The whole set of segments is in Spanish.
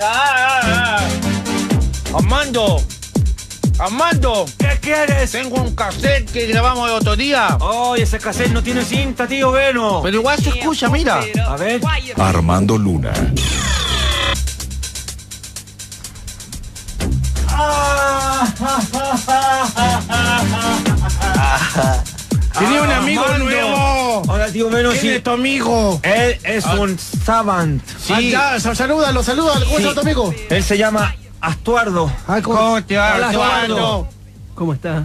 Ah, ah, ah. Armando, Armando, ¿Qué quieres? tengo un cassette que grabamos el otro día. Ay, ese cassette no tiene cinta, tío Veno. Pero igual se escucha, mira. A ver. Armando Luna, Ah. Tenía un amigo Armando. nuevo. Ahora, Ah, tío Veno, ¿Quién sí. es tu amigo? Ah. Él es un savant. Sí. Ah, ya, sa- salúdalo, salúdalo. ¿Cómo Sí. está tu amigo? Él se llama Astuardo. Ah, ¿cómo- ¿Cómo te va, Hola, Armando? Eduardo. ¿Cómo está?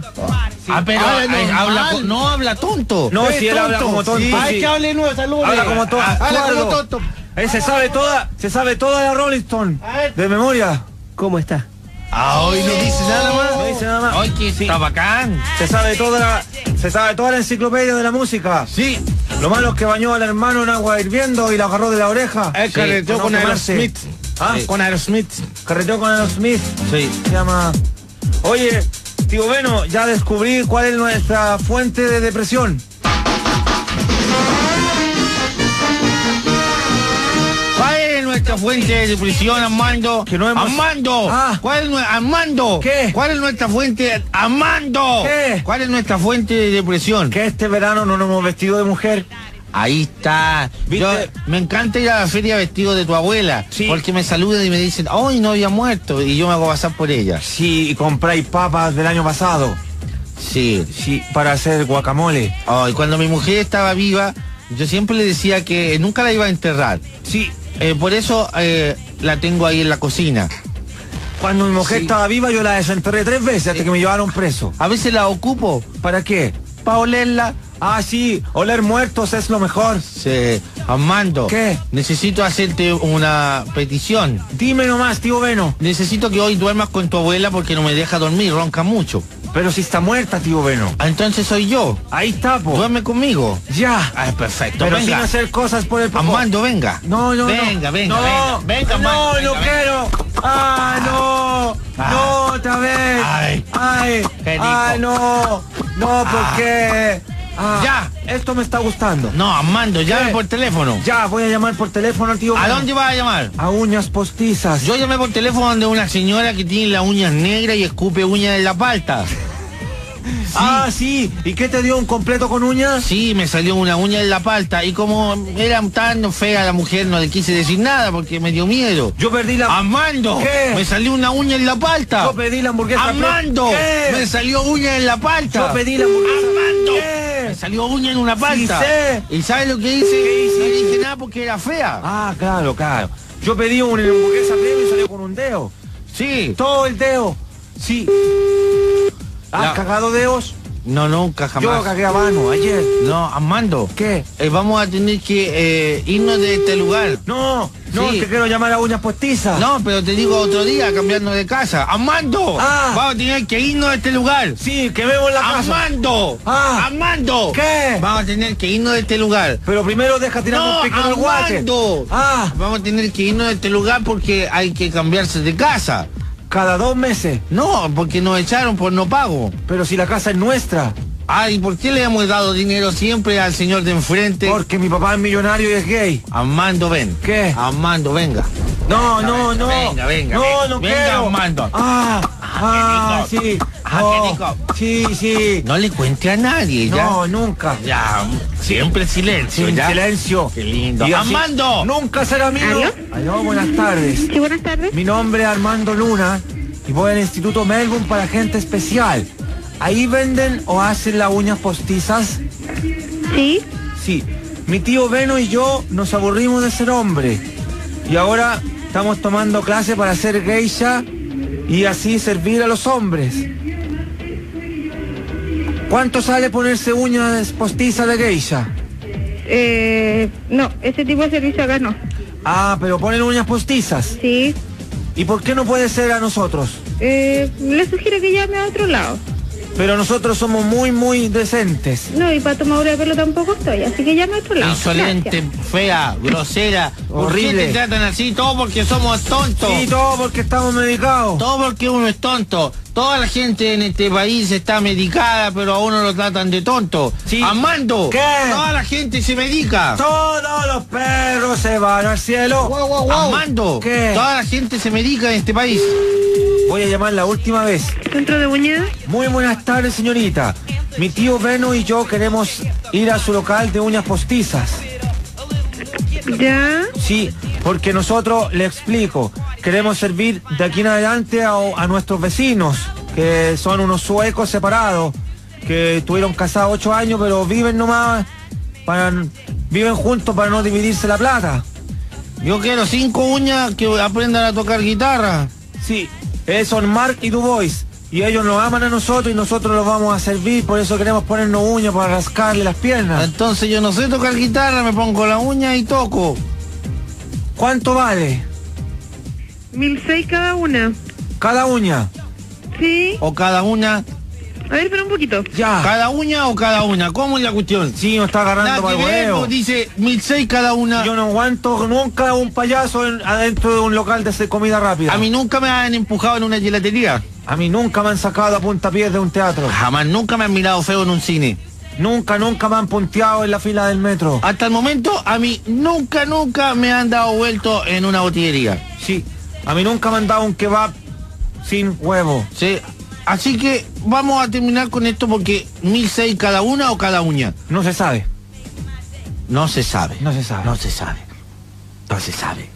Ah, pero Ah, es eh, normal. habla, no habla tonto. No, Es si él habla tonto. como tonto. Sí. Ay, sí. que hable nuevo, saludos. Habla como tonto. Ah, Habla como Astuardo. tonto. Él se sabe toda, se sabe toda la Rolling Stone. Ay. De memoria. ¿Cómo está? Ah, hoy no dice nada más. No dice nada más. Hoy que está bacán. Se sabe toda la, se sabe toda la enciclopedia de la música. Sí, Lo malo es que bañó al hermano en agua hirviendo y la agarró de la oreja. Es que Sí, le dio no con tomarse. Aerosmith. Ah, Sí. Con Aerosmith. Carreteó con Aerosmith. sí. Se llama. Oye, tío Bueno, ya descubrí cuál es nuestra fuente de depresión. ¿Cuál es nuestra fuente de depresión, Armando? Que no hemos- Armando. Ah. ¿Cuál es nue- Armando? ¿Qué? ¿Cuál es nuestra fuente? Armando. ¿Qué? ¿Cuál es nuestra fuente de depresión? Que este verano no nos hemos vestido de mujer. Ahí está. ¿Viste? Yo- me encanta ir a la feria vestido de tu abuela. Sí. Porque me saludan y me dicen, hoy no había muerto. Y yo me hago pasar por ella. Si compráis papas del año pasado. Sí. Sí, para hacer guacamole. Ay, cuando mi mujer estaba viva, yo siempre le decía que nunca la iba a enterrar. Sí, Eh, por eso eh, la tengo ahí en la cocina. cuando mi mujer Sí. estaba viva yo la desenterré tres veces hasta que me llevaron preso. A veces la ocupo ¿Para qué? para olerla. Ah, sí, oler muertos es lo mejor. Sí, Armando, ¿Qué? necesito hacerte una petición. Dime nomás, tío Beno. Necesito que hoy duermas con tu abuela porque no me deja dormir, ronca mucho. Pero si está muerta, tío Beno. Ah, Entonces soy yo. Ahí está, po. Duerme conmigo. Ya. Ah, perfecto. Pero sin venga. hacer cosas por el papá. Armando, venga. No, no, venga, no. venga, no, venga. Venga, No, Armando, no venga, quiero. Ah, no. Ah. No, otra vez. Ay. Ay. Qué rico. Ay, no. No, porque. Ah, Ya. Esto me está gustando. No, Armando, llame ¿Qué? por teléfono. Ya, voy a llamar por teléfono al tío. ¿A Beno. dónde vas a llamar? A uñas postizas. Yo llamé por teléfono de una señora que tiene las uñas negras y escupe uñas en la palta. Ah, sí. ¿Y qué te dio un completo con uñas? Sí, me salió una uña en la palta y como era tan fea la mujer no le quise decir nada porque me dio miedo. Yo perdí la. Amando, ¿Qué? me salió una uña en la palta. Yo pedí la hamburguesa. Amando, ¿Qué? me salió uña en la palta. Yo pedí la hamburguesa. Amando, ¿Qué? me salió uña en una palta. sé. ¿Y sabes lo que hice? No le dije nada porque era fea. Ah, claro, claro. Yo pedí una hamburguesa premium y salió con un dedo. Sí. Todo el dedo. Sí. ¿Has La- cagado dedos? No, nunca Yo jamás. cagué a mano ayer. No, Amando, ¿Qué? eh, vamos a tener que eh, irnos de este lugar. No, no, Sí. te quiero llamar a uñas postizas. No, pero te digo otro día cambiando de casa. Amando, Ah. vamos a tener que irnos de este lugar. Sí, que vemos la casa. Amando, Ah. Amando, ¿Qué? Vamos a tener que irnos de este lugar. Pero primero deja tirar No, un pico en el guate. Armando. Ah, Vamos a tener que irnos de este lugar porque hay que cambiarse de casa. cada dos meses. No, porque nos echaron por no pago. Pero si la casa es nuestra. Ay, ¿por qué le hemos dado dinero siempre al señor de enfrente? Porque mi papá es millonario y es gay. Amando, ven. ¿Qué? Amando, venga. No, Venga, no, venga, no. venga, venga, No, venga. no Venga, quiero. Armando. Ah, ah, qué rico. sí. Ah, no, qué rico. Sí, sí. No le cuente a nadie, ya. No, nunca. Ya, siempre silencio, Sin ya. silencio. Qué lindo. Y así Armando. Nunca será mío. ¿Aló? Aló, buenas tardes. Sí, buenas tardes. Mi nombre es Armando Luna y voy al Instituto Melbourne para gente especial. Ahí venden o hacen las uñas postizas. Sí, Sí. Mi tío Beno y yo nos aburrimos de ser hombre. Y ahora estamos tomando clase para ser geisha y así servir a los hombres. ¿Cuánto sale ponerse uñas postizas de geisha? eh, no, ese tipo de servicio acá no. Ah, pero ponen uñas postizas. Sí, ¿Y por qué no puede ser a nosotros? eh, le sugiero que llame a otro lado. Pero nosotros somos muy, muy decentes. No, y para tomar hora de pelo tampoco estoy, así que ya no es tu lado. Insolente, Gracias. fea, grosera. ¿Por qué Horrible. te tratan así? Todo porque somos tontos. Y todo porque estamos medicados. Todo porque uno es tonto. Toda la gente en este país está medicada, pero a uno lo tratan de tonto. Sí. Amando, ¿Qué? toda la gente se medica. Todos los perros se van al cielo. Guau, guau, guau. Amando, ¿Qué? toda la gente se medica en este país. Voy a llamar la última vez. Centro de Buñeda. Muy buenas tardes, señorita. Mi tío Veno y yo queremos ir a su local de uñas postizas. Ya. Sí, porque nosotros, le explico, queremos servir de aquí en adelante a, a nuestros vecinos, que son unos suecos separados, que estuvieron casados ocho años, pero viven nomás, para, viven juntos para no dividirse la plata. Yo quiero cinco uñas que aprendan a tocar guitarra. Sí, eh, son Mark y Du Bois. Y ellos nos aman a nosotros y nosotros los vamos a servir, por eso queremos ponernos uñas para rascarle las piernas. Entonces yo no sé tocar guitarra, me pongo la uña y toco. ¿Cuánto vale Mil seis cada una. cada uña? Sí. O cada una. A ver, espera un poquito. Ya. ¿Cada uña o cada una? ¿Cómo es la cuestión? Sí, nos está agarrando Nada para que el ver, huevo. pues, dice 1.600 cada una. Yo no aguanto nunca un payaso en- adentro de un local de hacer comida rápida. A mí nunca me han empujado en una gelatería. A mí nunca me han sacado a puntapiés de un teatro. Jamás, nunca me han mirado feo en un cine. Nunca, nunca me han punteado en la fila del metro. Hasta el momento, a mí nunca, nunca me han dado vuelto en una botillería. Sí, a mí nunca me han dado un kebab sin huevo. ¿sí? Así que vamos a terminar con esto porque 1.600 cada una o cada uña. No se sabe, No se sabe. no se sabe. No se sabe. No se sabe.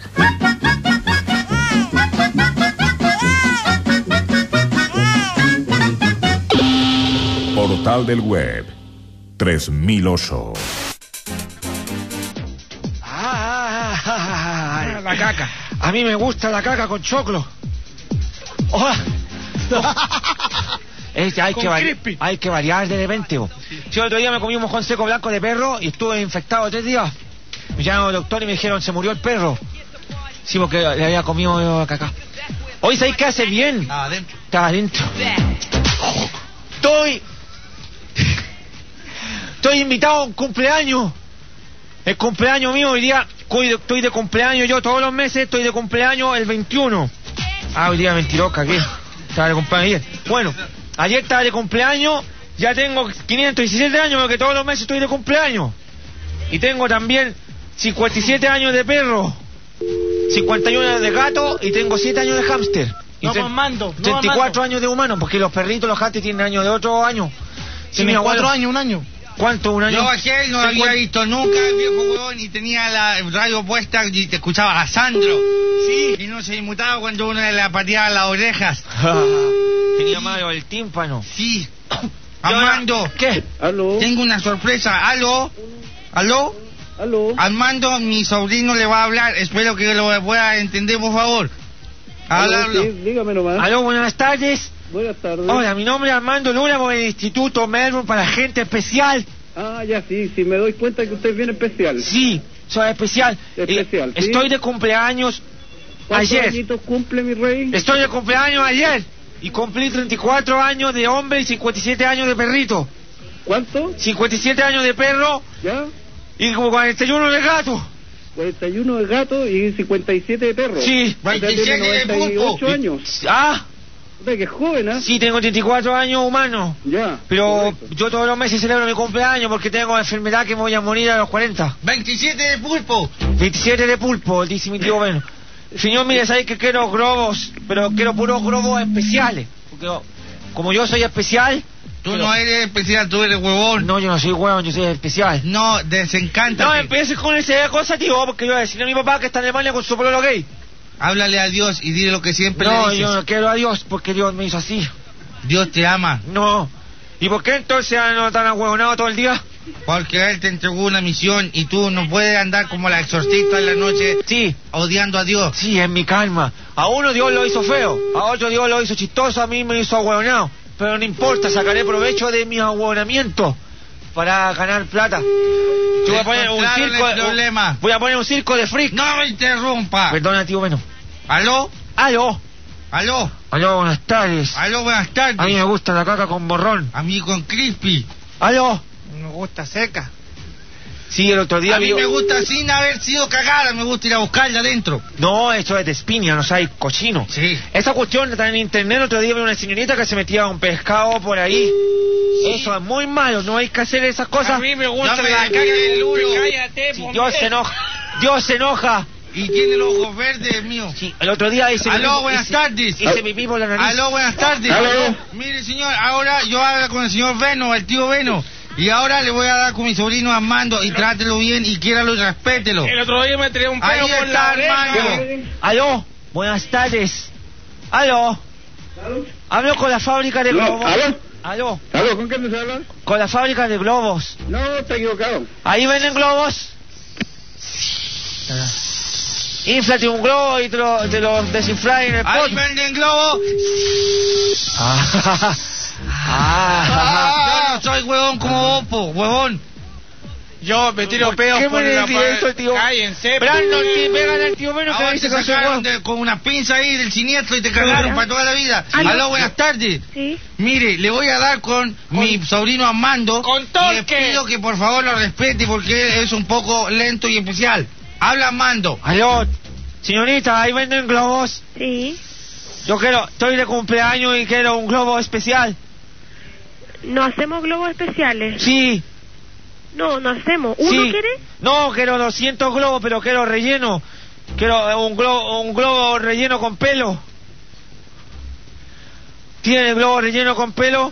Portal del Web 3008. la caca. A mí me gusta la caca con choclo. Oh, no. Es- hay, que vari- hay que variar de repente. bo. Yo el otro día me comí un mojón seco blanco de perro y estuve infectado tres días. Me llamaron al doctor y me dijeron, se murió el perro. Sí, porque le había comido eh, caca. Hoy sabéis que hace bien. Estaba adentro. Estaba adentro. Estoy... Estoy invitado a un cumpleaños. El cumpleaños mío hoy día, hoy de- estoy de cumpleaños yo todos los meses, estoy de cumpleaños el 21. Ah, hoy día mentiroca, ¿qué? Estaba de cumpleaños ayer. Bueno, ayer estaba de cumpleaños, ya tengo 517 años, porque todos los meses estoy de cumpleaños. Y tengo también 57 años de perro, 51 de gato y tengo 7 años de hámster. Y No, tre- pues, mando, no, 34 mando. años de humano, porque los perritos, los gatos tienen años de otro año. Sí, mi Tiene abuelo- cuatro años, un año. ¿Cuánto? ¿Un año? Yo bajé, no había Cincuenta- visto nunca el viejo huevón y tenía la radio puesta y te escuchaba a Sandro. Sí. Y no se inmutaba cuando uno le pateaba las orejas. Tenía malo el tímpano. Sí. Armando, ¿Qué? Aló, tengo una sorpresa. ¿Aló? ¿Aló? aló. Armando, mi sobrino le va a hablar. Espero que lo pueda entender, por favor. Hablarlo. dígame nomás. Aló, buenas tardes. Buenas tardes. Hola, mi nombre es Armando Luna, voy del Instituto Melbourne para gente especial. Ah, ya sí, sí, me doy cuenta que usted es bien especial. Sí, soy especial. Especial, Eh, sí. Estoy de cumpleaños ¿Cuántos ayer. añitos cumple mi rey? Estoy de cumpleaños ayer. Y cumplí 34 años de hombre y 57 años de perrito. ¿Cuánto? 57 años de perro ¿Ya? y como 41 de gato. 41 de gato y 57 de perro. Sí. Usted tiene 27 de pulpo. 98 años. Ah, Ve que es joven, ¿ah? sí, tengo 34 años humano. Ya. Pero correcto. yo todos los meses celebro mi cumpleaños porque tengo enfermedad que me voy a morir a los 40. 27 de pulpo. 27 de pulpo, dice mi tío Bueno. Señor, mire, sabéis que quiero globos, pero quiero puros globos especiales. Porque yo- como yo soy especial, Tú Pero- no eres especial, tú eres huevón. no, yo no soy hueón, yo soy especial. No, desencántate. No, empieces con esa cosa, tío, porque yo voy a decirle a mi papá que está en Alemania con su pueblo gay. Háblale a Dios y dile lo que siempre No, le dices. yo no quiero a Dios porque Dios me hizo así. Dios te ama, No. ¿Y por qué entonces no tan ahueonado todo el día? porque Él te entregó una misión y tú no puedes andar como la exorcista en la noche Sí, odiando a Dios. Sí, es mi calma. A uno Dios lo hizo feo, a otro Dios lo hizo chistoso, a mí me hizo ahueonado. Pero no importa, sacaré provecho de mis ahueonamientos para ganar plata. Yo voy a poner un Encontraron circo. el problema. Voy a poner un circo de freak. No me interrumpa. Perdona, tío, bueno. ¿Aló? Aló, ¿Aló? Aló, buenas tardes. Aló, buenas tardes. A mí me gusta la caca con borrón. A mí con crispy. Aló. Me gusta seca. Sí, el otro día a mí vi- me gusta sin haber sido cagada, me gusta ir a buscarla adentro. No, eso es de espinia, no sabes, cochino. Sí. Esa cuestión está en internet. El otro día vi una señorita que se metía un pescado por ahí. Eso es muy malo, no hay que hacer esas cosas. me gusta la la caca del lulo. Sí, Dios se enoja. Dios se enoja. Y tiene los ojos verdes mío. Sí, el otro día hice Aló, pipí- buenas hice- tardes. Hice pipí por la nariz. Aló, buenas tardes. Aló. Mire, señor, ah, ahora yo hablo con el señor Veno, el tío Veno. Y ahora le voy a dar con mi sobrino Armando y trátelo bien y quiéralo y respételo. El otro día me tiré un Ahí pelo por la está Armando. oreja. Aló, buenas tardes. Aló. Hablo con la fábrica de No, globos. aló. Aló, ¿Aló? ¿Con quién se habla? con la fábrica de globos. No, está equivocado. Ahí venden globos. Inflate un globo y te lo, te lo desinflas en el Ahí pot. venden globo. Ah, ah, Yo no soy huevón como vos, po, huevón. Yo me tiro ¿Por peos qué por me la decís pared. eso, tío? Cállense. Brandon, sí, pégale al tío menos que pues. Ahora dice te que soy sacaron huevón. de- con una pinza ahí del siniestro y te cagaron Hola. para toda la vida. Ah, Aló. Aló, buenas tardes. Sí. Mire, le voy a dar con, mi sobrino Armando. Con Y le torque. pido que por favor lo respete porque es un poco lento y especial. Habla Armando. Aló, señorita, ahí venden globos. Sí. Yo quiero, estoy de cumpleaños y quiero un globo especial. No hacemos globos especiales. Sí, No, no hacemos. ¿Uno sí. quiere? No, quiero 200 globos, pero quiero relleno. Quiero eh, un globo, un globo relleno con pelo. ¿Tiene el globo relleno con pelo?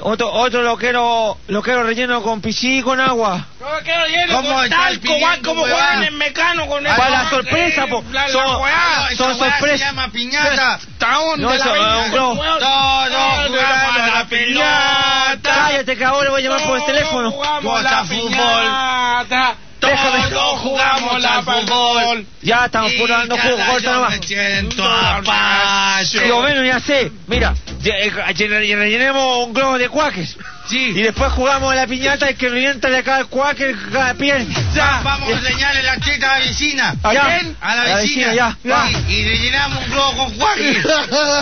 Otro, otro lo quiero, lo quiero relleno con pichí y con agua. No me quiero lleno ¿Cómo con estás talco, pidiendo, van como huevón? juegan en mecano con Ah, eso. Para no, la sorpresa, po. eh, La, la Son- weá. son Esa weá sorpresas. Se llama piñata. Taón No, de la eso, eh, un globo. weón. Todos jugamos a la piñata. Cállate que ahora voy a llamar por el Todos teléfono. jugamos la Bota fútbol. piñata. Déjame. Todos jugamos la fútbol. Ya estamos jugando Y juego ya corto yo nomás. me siento apache. Digo, bueno, ya sé. Mira, ya, eh, llena- llena- llenemos un globo de cuaques. Sí. Y después jugamos a la piñata y que revienta de cada cuáquer cada pierna. Ya, vamos a enseñarle la cheta a la vecina. ¿A Ya, quién? A la vecina. ya. Va. Y, y le llenamos un globo con Juaquín.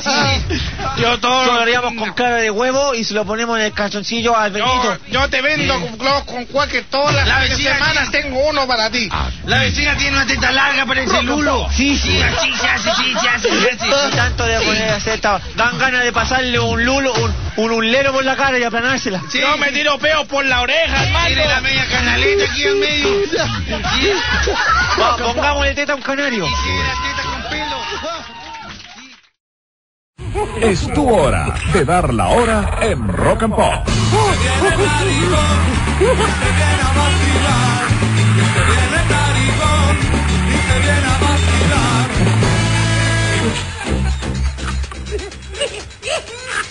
Sí. Yo todo lo haríamos con cara de huevo y se lo ponemos en el calzoncillo al Yo, Benito. yo te vendo con globos con cuaque todas las La fines de vecina semana aquí. tengo uno para ti. La vecina tiene una teta larga, parece Lulo. Sí, sí. Sí, así se hace, sí, se hace, se hace. No tanto de poner a hacer esta- Dan ganas de pasarle un lulo, un, un ulero por la cara y aplanársela. Sí. Yo me tiro peos por la oreja, hermano. Tiene la media canaleta aquí en medio. Sí. Va, pongámosle teta a un canario. Tiene la teta con pelo. Es tu hora de dar la hora en Rock and Pop.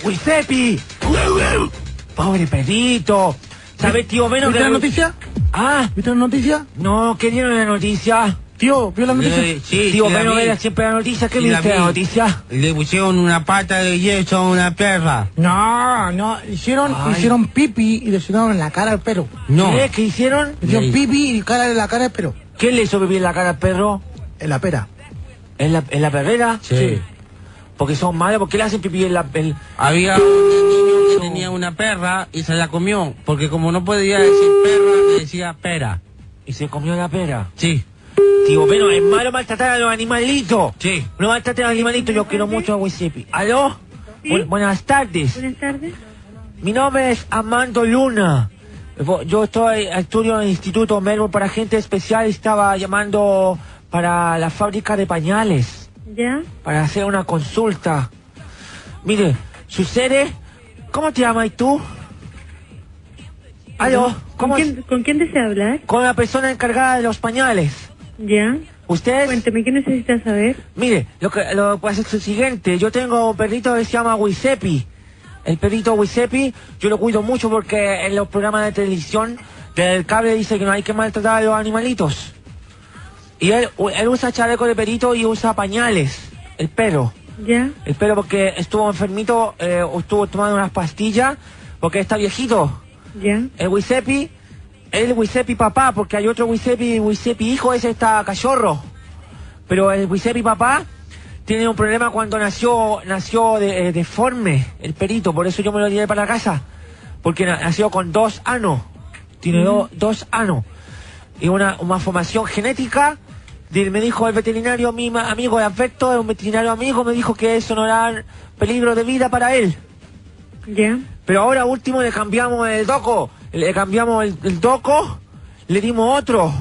Uy, Sepi. Pobre Pedrito. ¿Sabes, tío? Menos ¿Viste que- la noticia? Ah, ¿Viste la noticia? no, ¿qué dieron en la noticia? Tío, ¿vio la noticia? Eh, sí, tío, sí, la menos vi. ver siempre la noticia. ¿Qué Sí, la viste en la vi. noticia? Le pusieron una pata de yeso a una perra. No, no, hicieron, Ay. hicieron pipi y le llenaron en la cara al perro. No. ¿Qué? ¿Qué hicieron? Hicieron Ahí. pipi y cara en la cara al perro. ¿Qué le hizo vivir la cara al perro? En la pera. ¿En la, en la perrera? Sí. Porque son malos, ¿por qué le hacen pipí en la... en- Había un niño que tenía una perra y se la comió. Porque como no podía decir perra, le decía pera. Y se comió la pera. Sí. Tío, menos es malo maltratar a los animalitos. Sí. No maltraten a los animalitos, yo quiero mucho a Wisepi. ¿Aló? Sí. Bu- buenas tardes. Buenas tardes. Mi nombre es Amando Luna. Vo- Yo estoy estudio en el Instituto Melbourne para gente especial. Estaba llamando para la fábrica de pañales ¿Ya? para hacer una consulta. Mire, sucede. ¿Cómo te llamas tú? Aló, ¿Con ¿cómo quién, es? ¿Con quién desea hablar? Con la persona encargada de los pañales. ¿Ya? ¿Usted? es? Cuénteme, ¿qué necesita saber? Mire, lo que lo que pasa es lo siguiente. Yo tengo un perrito que se llama Wisepi. El perrito Wisepi, yo lo cuido mucho porque en los programas de televisión del cable dice que no hay que maltratar a los animalitos. Y él, él usa chaleco de perrito y usa pañales. El perro. ¿Ya? El perro porque estuvo enfermito, eh, o estuvo tomando unas pastillas, porque está viejito. ¿Ya? El Wisepi, el Wisepi papá, porque hay otro Wisepi, Wisepi hijo, ese está cachorro. Pero el Wisepi papá tiene un problema cuando nació, nació de- eh, deforme el perito, por eso yo me lo llevé para casa, porque na- nació con dos anos, tiene do- dos anos, y una, una formación genética, y me dijo el veterinario, mi ma- amigo de afecto, es un veterinario amigo, me dijo que eso no era peligro de vida para él. Ya. Pero ahora último le cambiamos el doco. Le cambiamos el, el doco. Le dimos otro.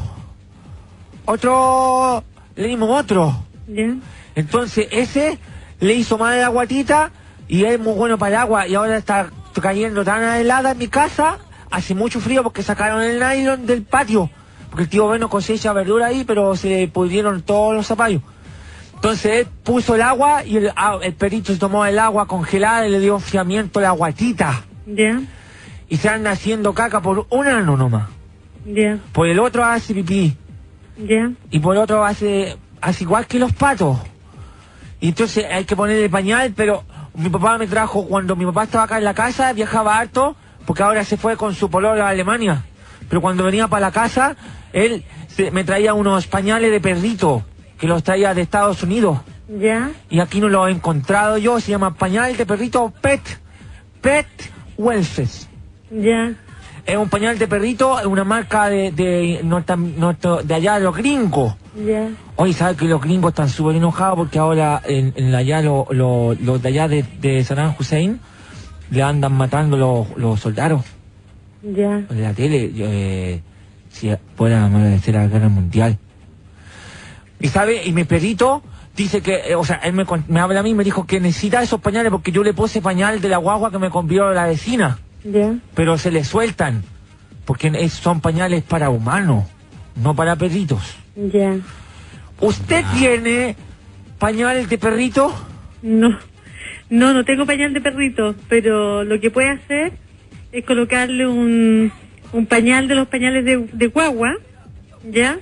Otro. Le dimos otro. Ya. Entonces ese le hizo mal a la guatita y es muy bueno para el agua. Y ahora está cayendo tan helada en mi casa. Hace mucho frío porque sacaron el nylon del patio. Porque el tío Bueno cosecha verdura ahí, pero se le pudrieron todos los zapallos. Entonces él puso el agua y el, ah, el perito se tomó el agua congelada y le dio enfriamiento a la guatita. Ya. Y se anda haciendo caca por un ano nomás. Ya. Por el otro hace pipí. Ya. Y por otro hace, hace igual que los patos. Y entonces hay que ponerle pañal, pero mi papá me trajo, cuando mi papá estaba acá en la casa, viajaba harto, porque ahora se fue con su pololo a Alemania. Pero cuando venía para la casa, él se- me traía unos pañales de perrito, que los traía de Estados Unidos. Ya. Y aquí no lo he encontrado yo, se llama pañal de perrito Pet, Pet Welfes. Ya. Es un pañal de perrito, es una marca de, de, norte- norte- de allá, los gringos. Ya. Oye, ¿sabes que los gringos están súper enojados porque ahora en, en allá lo- lo- los de allá de, de Saddam Hussein le andan matando los, los soldados? Ya. En la tele, yo, eh, si fuera la mala de la guerra mundial. Y sabe, y mi perrito dice que, eh, o sea, él me, con- me habla a mí y me dijo que necesita esos pañales porque yo le puse pañal de la guagua que me compró la vecina, Ya. pero se le sueltan, porque es- son pañales para humanos, no para perritos. Ya. ¿Usted tiene pañales de perrito? No. No, no tengo pañal de perrito, pero lo que puede hacer es colocarle un, un pañal de los pañales de, de guagua, ¿ya?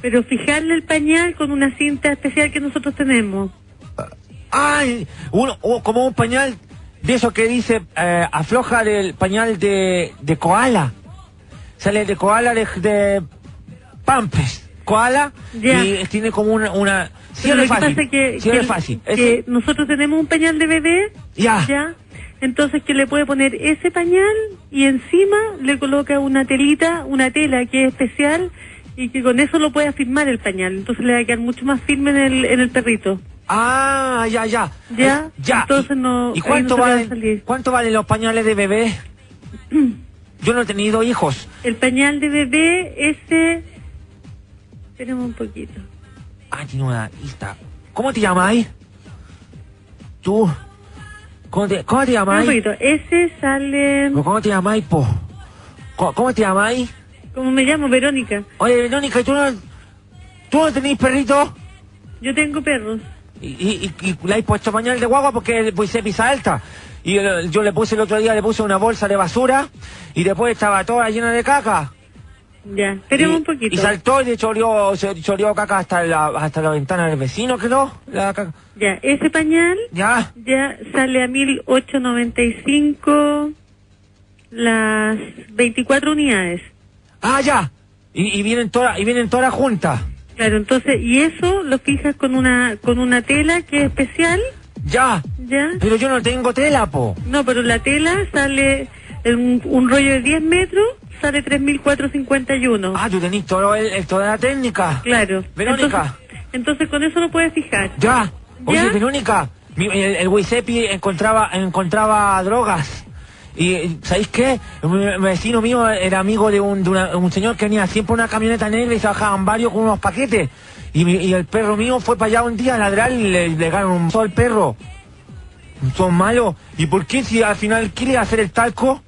Pero fijarle el pañal con una cinta especial que nosotros tenemos. Ay, uno, o como un pañal de eso que dice eh, afloja el pañal de, de koala. Sale de koala de, de pampes. Koala Ya. y tiene como una... una Pero cierre lo que fácil. pasa es que, cierre que- fácil. que Ese- nosotros tenemos un pañal de bebé, Ya. Entonces que le puede poner ese pañal y encima le coloca una telita, una tela que es especial y que con eso lo puede afirmar el pañal. Entonces le va a quedar mucho más firme en el, en el perrito. Ah, ya, ya. Ya, Es- ya. entonces no- ¿Y ahí cuánto, no se le va a valen, salir. cuánto valen los pañales de bebé? Yo no he tenido hijos. El pañal de bebé, ese... Tenemos un poquito. Ah, tiene una lista. ¿Cómo te llamáis? Tú. ¿Cómo te, cómo te Un llamáis? poquito. Ese sale... Pero ¿Cómo te llamáis, po? ¿Cómo, cómo te llamáis? ¿Cómo me llamo? Verónica. Oye, Verónica, ¿y ¿tú no, tú no tenés perrito? Yo tengo perros. Y, y, y- y le has puesto pañal de guagua porque pues, se pisa alta. Y eh, yo le puse el otro día, le puse una bolsa de basura y después estaba toda llena de caca. Ya, tenemos Y- un poquito. Y saltó y le choreó, se choreó caca hasta la, hasta la ventana del vecino, creo. La caca. Ya, ese pañal... Ya. Ya sale a 1895 las 24 unidades. Ah, ya. Y, y vienen todas, y vienen todas juntas. Claro, entonces, y eso lo fijas con una con una tela que es especial, Ya. ¿ya? Pero yo no tengo tela, po. No, pero la tela sale en un, un rollo de 10 metros, sale 3451. Ah, tú tenés todo el, el- toda la técnica. claro. Verónica. Entonces, entonces con eso lo puedes fijar. Ya. Oye, ¿Ya? Verónica, mi- el, el Giuseppe encontraba, encontraba drogas. Y, eh, ¿sabéis qué? Mi mi vecino mío era amigo de un, de una- un señor que venía siempre en una camioneta negra y se bajaban varios con unos paquetes. Y, mi- y el perro mío fue para allá un día a ladrar y le le pegaron un sol al perro. Un sol malo. ¿Y por qué si al final quiere hacer el talco?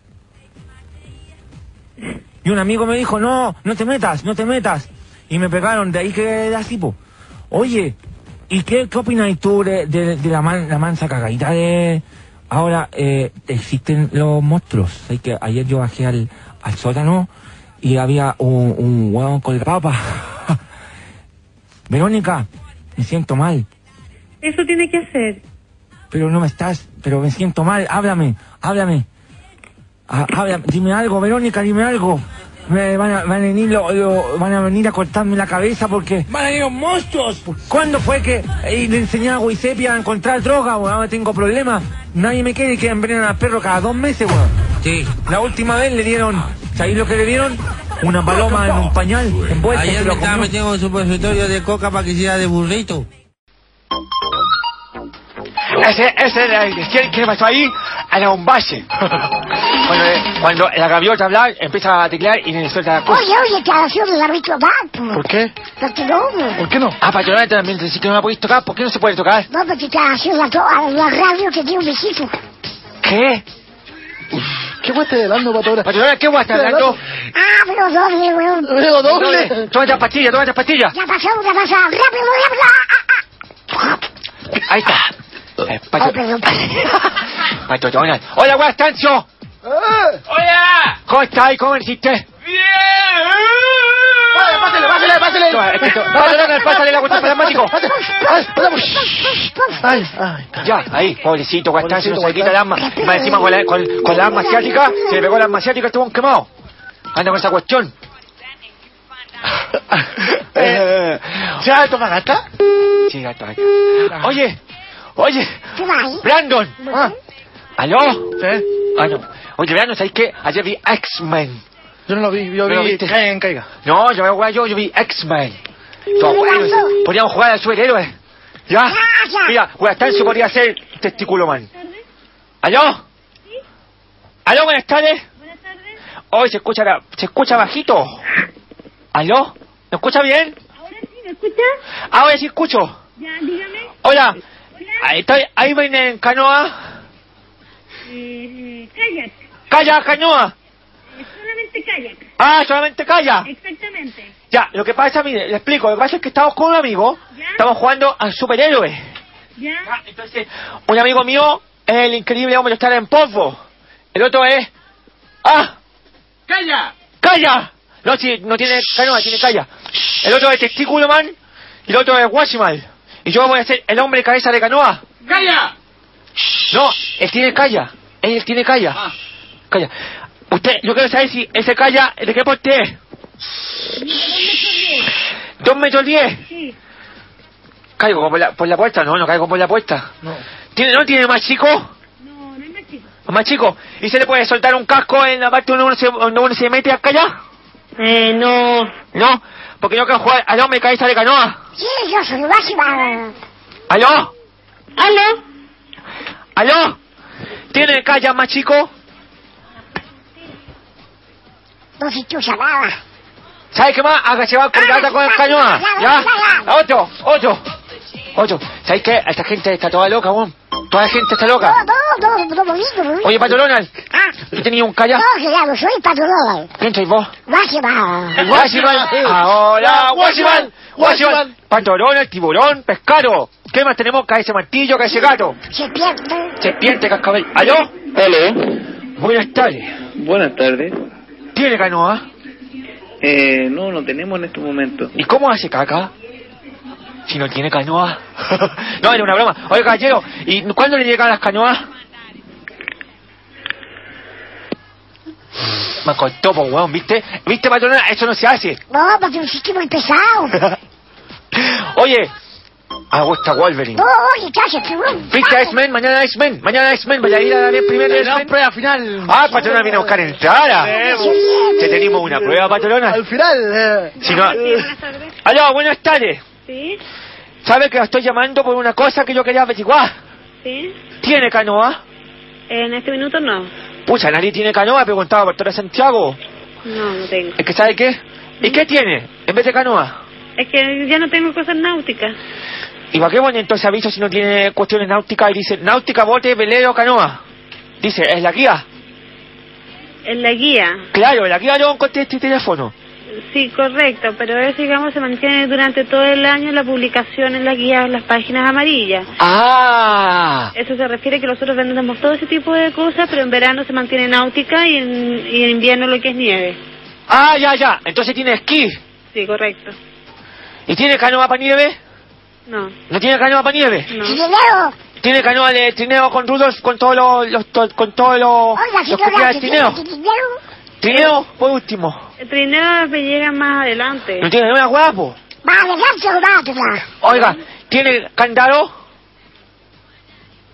Y un amigo me dijo, no, no te metas, no te metas. Y me pegaron, de ahí que era así, po. Oye, ¿y qué, qué opinas tú de, de- de la, man- la mansa cagadita de... Ahora, eh, existen los monstruos. Así que ayer yo bajé al, al sótano y había un, un huevón con papa. Verónica, me siento mal, Eso tiene que hacer. pero no me estás, pero me siento mal, háblame, háblame. Ah, háblame, dime algo, Verónica, dime algo. Me van, a, van a venir lo- lo- van a venir a cortarme la cabeza porque... ¡Van a venir los monstruos! ¿Cuándo fue que eh, le enseñé a Giuseppe a encontrar droga, weón? Ahora tengo problemas. Nadie me quiere que envenenan al perro cada dos meses, weón. Sí. La última vez le dieron... ¿Sabéis lo que le dieron? Una paloma en un pañal envuelta. Ayer se me lo estaba comió. metiendo en un supositorio de coca para que hiciera de burrito. Ese, ese era el que, que pasó ahí, era un valle. cuando, cuando la gaviota habla, empieza a teclear y le suelta la cosa. Oye, oye, que ha sido el árbitro mal, po. pues- ¿Por qué? Porque pues. no, po. ¿Por qué no? Ah, patrona, también te dice que no la podéis tocar. ¿Por qué no se puede tocar? No, porque te ha sido la, to- a la radio que tiene un equipo. ¿Qué? ¿Qué guay estás hablando, patrona? Patrona, ¿qué guay estás hablando? Ah, pero doble, weón. Pero doble. Toma esta pastilla, toma esta pastilla. Ya pasó, ya pasó. Rápido, rápido. Ah, ah, Ahí está. Eh, Ay, patro- perdón. Patrona. Hola, guay, Estancio. ¡Eh! ¡Hola! ¿Cómo estás? ¿Cómo hiciste? Vale, pásale, pásale, pásale. No, es que- Pásale, pásale la cuestión dramático. Ay, ay, Ya, ahí, pobrecito, Guastancio, se le quita el alma. Y más encima con la, con, con la alma asiática, se le pegó la alma asiática, estuvo un quemado. Anda con esa cuestión. Eh, ¿Se ha tomado gata? Sí, gata, gata. Oye, oye, Brandon. Ah. ¿Aló? ¿Sí? Ah, no. Oye, Brandon, ¿sabes qué? Ayer vi X-Men. Yo no lo vi, yo vi Caigan, Caiga. No, yo, yo, yo, yo vi X-Men. Todo bueno, podíamos jugar al superhéroe. Ah, ¿Ya? Mira, Guastancio podría ser testículo man. ¿Aló? ¿Aló, buenas tardes? Hoy se escucha, la- se escucha bajito. ¿Aló? ¿Me escucha bien? Ah, ¿Me escucha? Ahora sí escucho. Ya, dígame. Hola. Ahí estoy, ahí ven en canoa. Eh, eh, kayak. Calla, canoa. Es solamente kayak. Ah, solamente calla. Exactamente. Ya, lo que pasa, mire, le explico. Lo que pasa es que estamos con un amigo. Estamos jugando al superhéroe. ¿Ya? Ah, entonces... Un amigo mío es el increíble hombre estar en polvo. El otro es... ¡Ah! ¡Calla! ¡Calla! No, si no tiene canoa, tiene calla. El otro es testículo man y el otro es guachimal. Y yo voy a ser el hombre cabeza de canoa. ¡Calla! No, él tiene calla. Él tiene calla. Calla. Usted, yo quiero saber si ese calla, ¿de qué porte es? ¿Dos metros diez? Sí. Caigo por la, por la puerta, no, no caigo por la puerta. No. ¿Tiene, ¿No tiene más chico? No, no es más chico. Más chico. ¿Y se le puede soltar un casco en la parte donde uno se, donde uno se mete a callar? Eh, no. No, porque yo quiero jugar al hombre cabeza de canoa. Sí, yo soy Guachimán. ¿Aló? ¿Aló? ¿Aló? ¿Tiene calla más chico? No si tú llamabas. ¿Sabes qué más? Haga llevar con gata con el canoa. ¿Ya? Otro, otro. Otro. ¿Sabes qué? Esta gente está toda loca, weón. Toda la gente está loca. No, no, no, no, bonito, bonito. Oye, Pato Donald. ¿Tú tenías un calla? No, que ya no soy Patrolón. ¿Quién sois vos? Ah, Guachimán. Guasiman. Ahora, Guasiman. Guasiman. Pato Donald, tiburón, pescado. ¿Qué más tenemos? Cae ese martillo, cae ese gato. Se pierde. Serpiente, cascabel. ¿Aló? Hello. Buenas tardes. Buenas tardes. ¿Tiene ah? canoa? Eh, no, no tenemos en este momento. ¿Y cómo hace caca? Si no tiene canoa. no, era una broma. Oye, caballero, ¿y cuándo le llegan las canoas? Me cortó, po, weón, ¿viste? ¿Viste, patrona? Eso no se hace. No, porque un sistema es pesado. Oye, a gusta Wolverine. No, oye, ¿qué haces, cabrón? ¿Viste Iceman? Mañana Iceman. Mañana Iceman. Vaya a ir a dar el primer Iceman. prueba final. Ah, patrona viene a buscar entrada. Te tenemos una prueba, patrona. Al final. eh. Si no... Aló, buenas tardes. ¿Sí? ¿Sabe que la estoy llamando por una cosa que yo quería averiguar? ¿Sí? ¿Tiene canoa? En este minuto no. Pucha, nadie tiene canoa, preguntaba por toda Santiago. No, no tengo. Es que ¿sabe qué? ¿Y qué tiene en vez de canoa? Es que ya no tengo cosas náuticas. ¿Y para qué bueno entonces aviso si no tiene cuestiones náuticas? Y dice, náutica, bote, velero, canoa. Dice, ¿es la guía? En la guía. Claro, la guía yo encontré este teléfono. Sí, correcto, pero eso, digamos, se mantiene durante todo el año la publicación en la guía, en las páginas amarillas. ¡Ah! Eso se refiere que nosotros vendemos todo ese tipo de cosas, pero en verano se mantiene náutica y en, y en invierno lo que es nieve. Ah, ya, ya. Entonces tiene esquí. Sí, correcto. ¿Y tiene canoa para nieve? No. ¿No tiene canoa para nieve? No. ¿Tiene canoa de trineo con rudos, con todos los, los- to- con todos los, los Oiga, que señora, quieran ¿que trineo? tiene dinero? Trineo, por último. El trineo me llega más adelante. ¿No tiene una guapo? Va adelante o va atrás. Oiga, ¿tiene candado?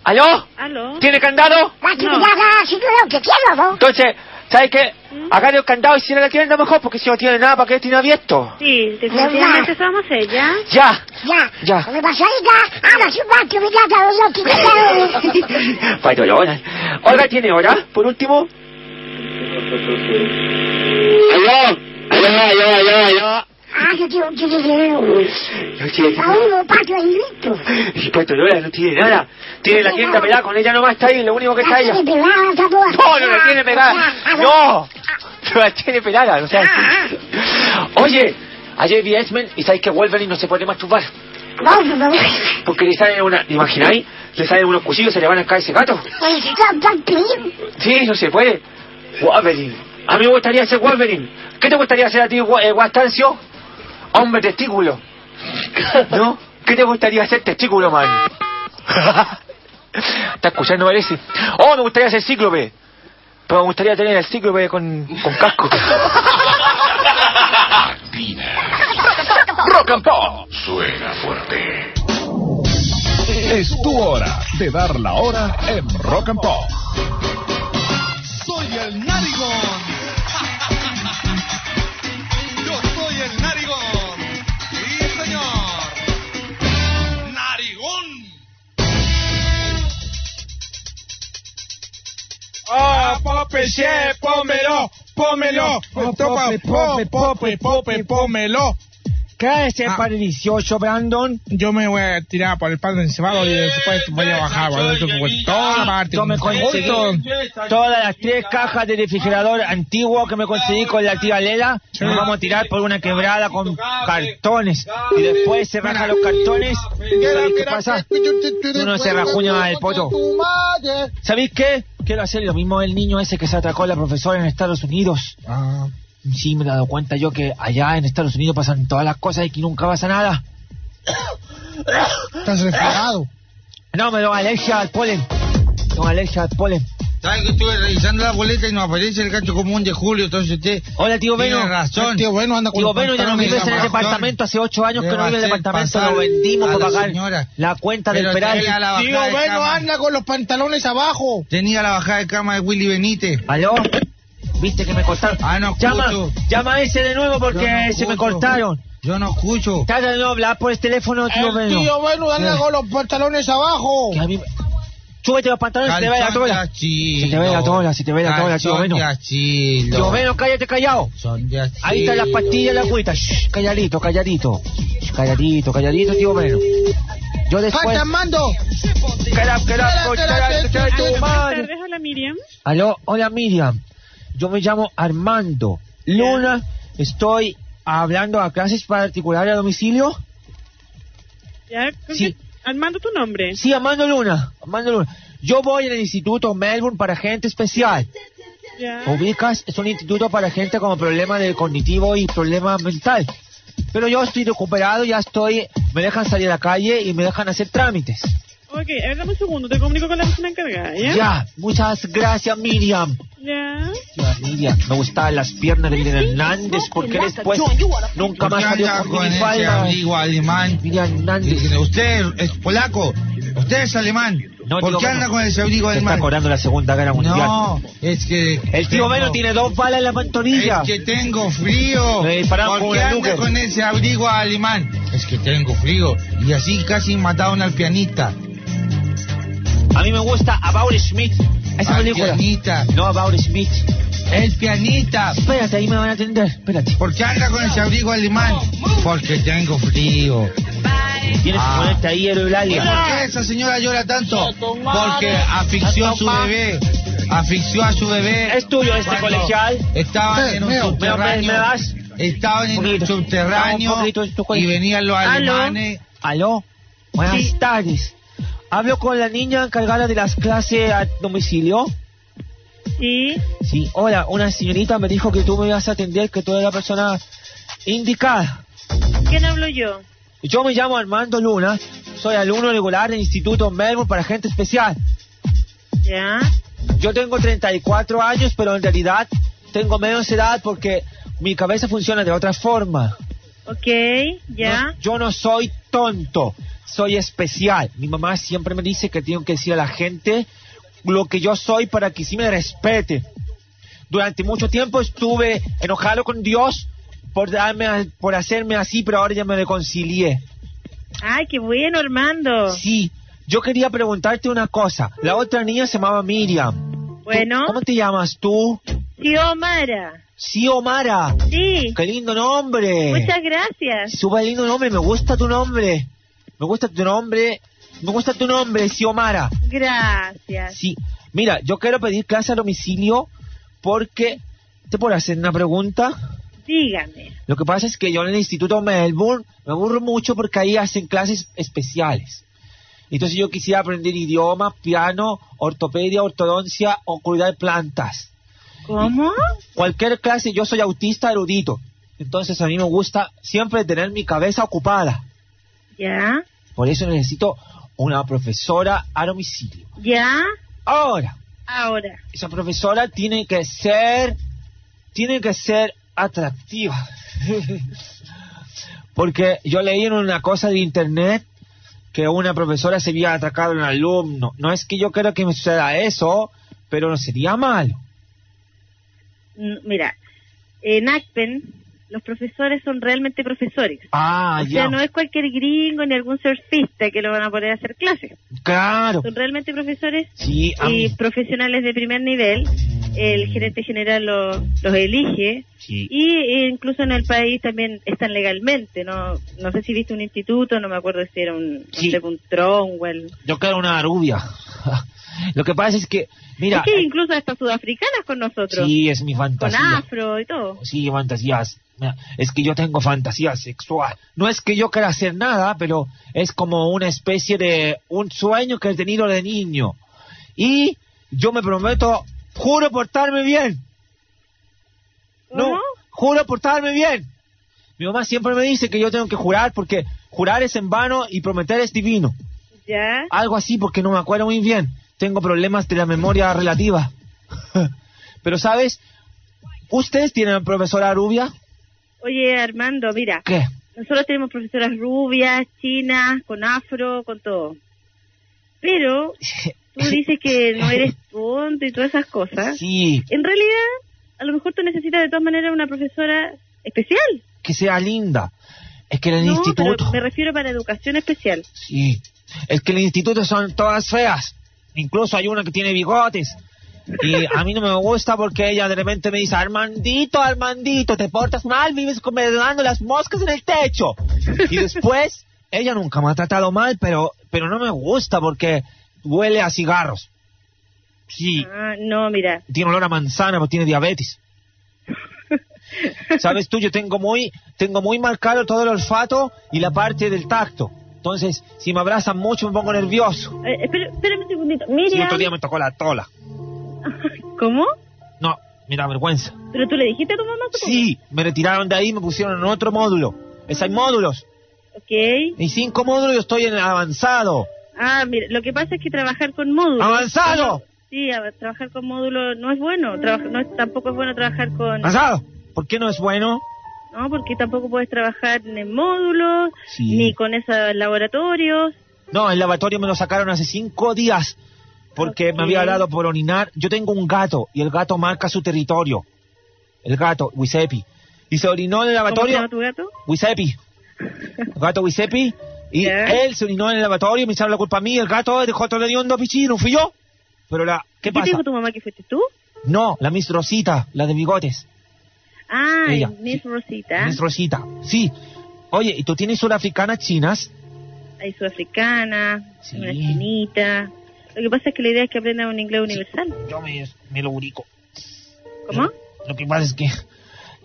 ¿Aló? ¿Aló? ¿Tiene candado? La chingada, si no lo que quiero, ¿no? Entonces, ¿sabes qué? ¿Mm? Agarre el candado y si no la tiene, mejor, porque si no tiene nada, ¿para qué tiene abierto? Sí, definitivamente somos ella. Ya, Ya. ya. Me pasadita, ahora sí, va, que me da la chingada. Pairolona. Oiga, ¿tiene hora? Por último. Aló, aló, aló, aló, aló. Ah, yo tengo que decir. No tiene A uno, patio y listo. Y pues Pairolona no tiene nada. Tiene la tienda pegada, con ella nomás está ahí, lo único que está ella. Oh, Así me va, está toda- No, no la tiene pegada. Ah, No. No la tiene pegada, o sea. Oye, ayer vi X-Men y sabes que Wolverine no se puede masturbar. No, no, no. Porque le salen una... ¿te imagináis? Le salen unos cuchillos y se le van a caer ese gato. Pues, está tan pelín. Sí, no se puede. Wolverine. A mí me gustaría ser Wolverine. ¿Qué te gustaría ser a ti, Gua- eh, Guastancio? Hombre testículo. ¿No? ¿Qué te gustaría ser testículo, man? ¿Está escuchando, parece? Oh, me gustaría ser cíclope. Pero me gustaría tener el cíclope con, con casco. Rock and Pop. Suena fuerte. Es tu hora de dar la hora en Rock and Pop. Soy el narigón. Yo soy el narigón. Sí, señor. Narigón. Ah, pope, che, pómelo, pómelo. Topa, Oh, pope, pope, pope, pómelo. ¿Qué es el pan delicioso, Brandon? Yo me voy a tirar por el pan encebado y después voy a bajar, voy a toda la parte. Yo me conseguí todas las tres cajas de refrigerador antiguo que me conseguí con la tía Lela. Nos vamos a tirar por una quebrada con cartones. Y después se rajan los cartones. ¿Y sabéis qué pasa? Uno se rajuña el poto. ¿Sabéis qué? Quiero hacer lo mismo del niño ese que se atracó a la profesora en Estados Unidos. Sí, me he dado cuenta yo que allá en Estados Unidos pasan todas las cosas y que nunca pasa nada. Estás refregado. No, me da alergia al polen. Tengo alergia al polen. ¿Sabes que estuve revisando la boleta y nos aparece el gato común de julio? Entonces usted. Hola, tío tiene Beno. Ah, razón. Tío Beno anda con Tío los Beno ya no pantalones vive en el amarrados. departamento, hace ocho años que no vive en el departamento, lo vendimos por pagar la cuenta del Peral. Tío, bueno, anda con los pantalones abajo. Tenía la bajada de cama de Willy Benítez. ¿Aló? ¿Viste que me cortaron? Ah, no Llama, escucho. llama a ese de nuevo porque Yo no se me escucho. cortaron. Yo no escucho. Trata de no hablar por el teléfono, tío El Beno. tío bueno anda Eh. con los pantalones abajo. Que a mí- Súbete los pantalones, se te ve la tola. Se te ve la tola, se te ve la tola, tío Beno. Tío Beno, cállate callado. Ahí están las pastillas y la agüita. Shh, calladito, calladito. Calladito, calladito, tío Beno. Yo después... ¡Faltan mando! Buenas tardes, hola Miriam. Aló, hola Miriam. Yo me llamo Armando Luna. Estoy hablando a clases particulares a domicilio. ¿Ya? ¿Con Sí. qué- Armando tu nombre. Sí, Armando Luna. Armando Luna. Yo voy en el Instituto Melbourne para gente especial. Ya. Ubicas, es un instituto para gente con problema de cognitivo y problema mental. Pero yo estoy recuperado, ya estoy, me dejan salir a la calle y me dejan hacer trámites. Ok, a ver, dame un segundo, te comunico con la persona encargada, ¿ya? Ya, muchas gracias Miriam. Ya. Tía Miriam, me gustaban las piernas de Miriam Hernández porque después nunca más salió con mi falda. amigo alemán. Dicen, Usted es polaco, usted es alemán. No, ¿Por tío qué Beno, anda con ese abrigo se alemán? Está cobrando la Segunda Guerra Mundial. No, es que. El tío Beno tiene dos balas en la pantorrilla. Es que tengo frío. Le dispararon con ¿Por qué una anda Luger. con ese abrigo alemán? Es que tengo frío. Y así casi mataron al pianista. A mí me gusta About Smith. Esa al película. pianista. No About Smith. El pianista. Espérate, ahí me van a atender. Espérate. ¿Por qué anda con ese abrigo alemán? Porque tengo frío. Tienes Ah. que ponerte ahí ¿Y Eulalia. por qué esa señora llora tanto? Porque asfixió a su bebé. Asfixió a su bebé. Es tuyo este Cuando colegial. Estaban Eh, Sí, en un mío. ¿Me- subterráneo. me das? Estaban en un subterráneo. y venían los alemanes. Aló, buenas tardes. Hablo con la niña encargada de las clases a domicilio. Sí. Sí, hola, una señorita me dijo que tú me ibas a atender, que tú eres la persona indicada. ¿Quién hablo yo? Yo me llamo Armando Luna, soy alumno regular del Instituto Melbourne para gente especial. Ya. Yo tengo 34 años, pero en realidad tengo menos edad porque mi cabeza funciona de otra forma. Ok, ya. No, yo no soy tonto, soy especial. Mi mamá siempre me dice que tengo que decir a la gente lo que yo soy para que sí me respete. Durante mucho tiempo estuve enojado con Dios por darme, a- por hacerme así, pero ahora ya me reconcilié. Ay, qué bueno, Armando. Sí, yo quería preguntarte una cosa. La otra niña se llamaba Miriam. Bueno. ¿Tú- ¿Cómo te llamas tú? Xiomara. Xiomara. Sí. Qué lindo nombre. Muchas gracias. Súper lindo nombre, me gusta tu nombre. Me gusta tu nombre. Me gusta tu nombre, Xiomara. Gracias. Sí. Mira, yo quiero pedir clase a domicilio porque te puedo hacer una pregunta. Dígame. Lo que pasa es que yo en el Instituto Melbourne me aburro mucho porque ahí hacen clases especiales. Entonces yo quisiera aprender idioma, piano, ortopedia, ortodoncia o cuidar plantas. ¿Cómo? Cualquier clase, yo soy autista erudito. Entonces a mí me gusta siempre tener mi cabeza ocupada. ¿Ya? Por eso necesito una profesora a domicilio. ¿Ya? Ahora, Ahora. esa profesora tiene que ser, tiene que ser atractiva. Porque yo leí en una cosa de internet que una profesora se había atacado a un alumno. No es que yo quiera que me suceda eso, pero no sería malo. N- Mm, Mira, en ACPEN los profesores son realmente profesores. Ah, o ya. sea, no es cualquier gringo ni algún surfista que lo van a poner a hacer clases. Claro. Son realmente profesores Sí, a y mí- profesionales de primer nivel. El gerente general lo- los elige Sí. y eh, incluso en el país también están legalmente. No no sé si viste un instituto, no me acuerdo si era un, no Sí. sé, un Tronwell. Yo quiero una rubia. Lo que pasa es que, mira, eh, es que incluso hasta sudafricanas con nosotros. sí, es mi con fantasía. afro y todo. Sí, fantasías. Mira, Es que yo tengo fantasía sexual. No es que yo quiera hacer nada, pero es como una especie de un sueño que he tenido de niño. Y yo me prometo, juro portarme bien. No, ¿Cómo? juro portarme bien. Mi mamá siempre me dice que yo tengo que jurar porque jurar es en vano y prometer es divino. ¿Ya? Algo así porque no me acuerdo muy bien. Tengo problemas de la memoria relativa. Pero sabes, ¿ustedes tienen profesora rubia? Oye, Armando, mira, ¿Qué? nosotros tenemos profesoras rubias, chinas, con afro, con todo. Pero tú dices que no eres tonto y todas esas cosas. Sí, En realidad, a lo mejor tú necesitas de todas maneras una profesora especial. que sea linda. Es que en el no, instituto, pero me refiero para educación especial. sí. Es que en el instituto son todas feas. Incluso hay una que tiene bigotes. Y a mí no me gusta porque ella de repente me dice, Armandito, Armandito, te portas mal, vives comedando las moscas en el techo. Y después, ella nunca me ha tratado mal, pero, pero no me gusta porque huele a cigarros. Sí. Ah, no, mira. tiene olor a manzana porque tiene diabetes. Sabes tú, yo tengo muy, tengo muy marcado todo el olfato y la parte del tacto. Entonces, si me abrazan mucho me pongo nervioso. Eh, espera- espérame un segundito. Si Miriam, otro día me tocó la tola. ¿cómo? No, me da vergüenza. ¿Pero tú le dijiste a tu mamá? supongo? Sí, me retiraron de ahí y me pusieron en otro módulo. Es, hay módulos. Ok. En cinco módulos yo estoy en el avanzado. Ah, mira, lo que pasa es que trabajar con módulos... ¡Avanzado! Sí, a ver, trabajar con módulo no es bueno. Trabaja- no es- tampoco es bueno trabajar con. ¿Avanzado? ¿Por qué no es bueno? No, porque tampoco puedes trabajar ni en módulos, Sí. ni con esos laboratorios. No, el lavatorio me lo sacaron hace cinco días porque me había hablado por orinar. Yo tengo un gato y el gato marca su territorio. El gato, Wisepi. Y se orinó en el ¿Cómo se lavatorio. llama tu gato? Wisepi. El gato Wisepi. Y él se orinó en el lavatorio y me echaron la culpa a mí. El gato dejó todo el hondo pichín, no fui yo. Pero la. ¿Qué ¿Qué te pasa? dijo tu mamá que fuiste tú? No, la Miss Rosita, la de bigotes. Ah, Ella, Miss Rosita. Miss Rosita. Sí. Oye, ¿y tú tienes sudafricanas chinas? Hay sudafricana, una chinita. Lo que pasa es que la idea es que aprendan un inglés universal. Yo me, me lo ubico. ¿Cómo? Lo que pasa es que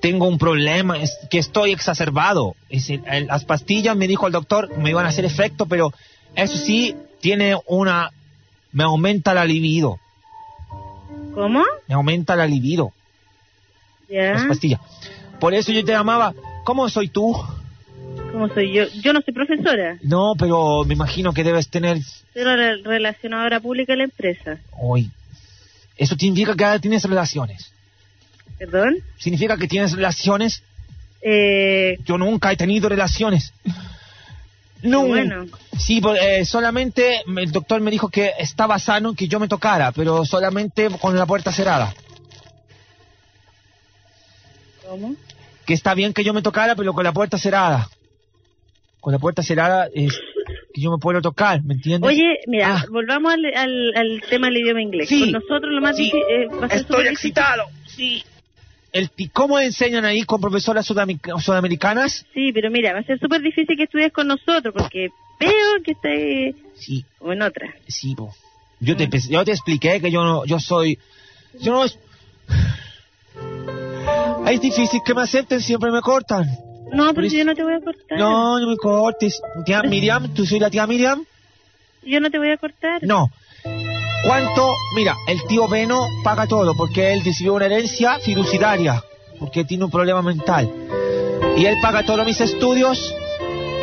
tengo un problema, es que estoy exacerbado. Es el- el- las pastillas, me dijo el doctor, me iban a hacer efecto, pero eso sí, tiene una... Me aumenta la libido. ¿Cómo? Me aumenta la libido, Ya. las pastillas. Por eso yo te llamaba, ¿cómo soy tú? ¿Cómo soy yo? Yo no soy profesora, No, pero me imagino que debes tener... soy la re- relacionadora pública de la empresa. Uy, eso te indica que ahora tienes relaciones. ¿Perdón? ¿Significa que tienes relaciones? Eh, Yo nunca he tenido relaciones. Nunca. bueno. Sí, por- eh, solamente me- el doctor me dijo que estaba sano que yo me tocara, pero solamente con la puerta cerrada. ¿Cómo? Que está bien que yo me tocara, pero con la puerta cerrada. Con la puerta cerrada es que yo me puedo tocar, ¿me entiendes? Oye, mira, volvamos al, al, al tema del idioma inglés. Ah. Sí. Con nosotros lo más Sí. difícil eh, va a ser Estoy superdifícil. excitado. Sí. El, ti- ¿Cómo enseñan ahí con profesoras sudami- sudamericanas? Sí, pero mira, va a ser súper difícil que estudies con nosotros porque veo que estás Sí, o en otra. sí, po. Yo te, pe- yo te expliqué que yo no, yo soy, yo no es... Ay, Es difícil que me acepten, siempre me cortan. No, Pero pero es- si yo no te voy a cortar. No, no me cortes. Tía Miriam, ¿tú soy la tía Miriam? Yo no te voy a cortar. No. ¿Cuánto? Mira, el tío Beno paga todo porque él recibió una herencia fiduciaria, porque tiene un problema mental. Y él paga todos mis estudios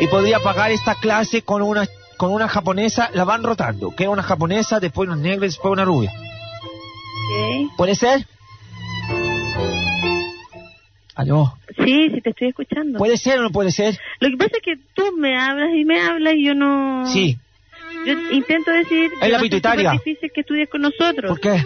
y podría pagar esta clase con una con una japonesa, la van rotando, que era una japonesa, después una negra, después una rubia. Ok. ¿Puede ser? Aló. Sí, sí, te estoy escuchando. ¿Puede ser o no puede ser? Lo que pasa es que tú me hablas y me hablas y yo no... Sí. Yo intento decir... que la va a ser pituitaria. súper difícil que estudies con nosotros. ¿Por qué?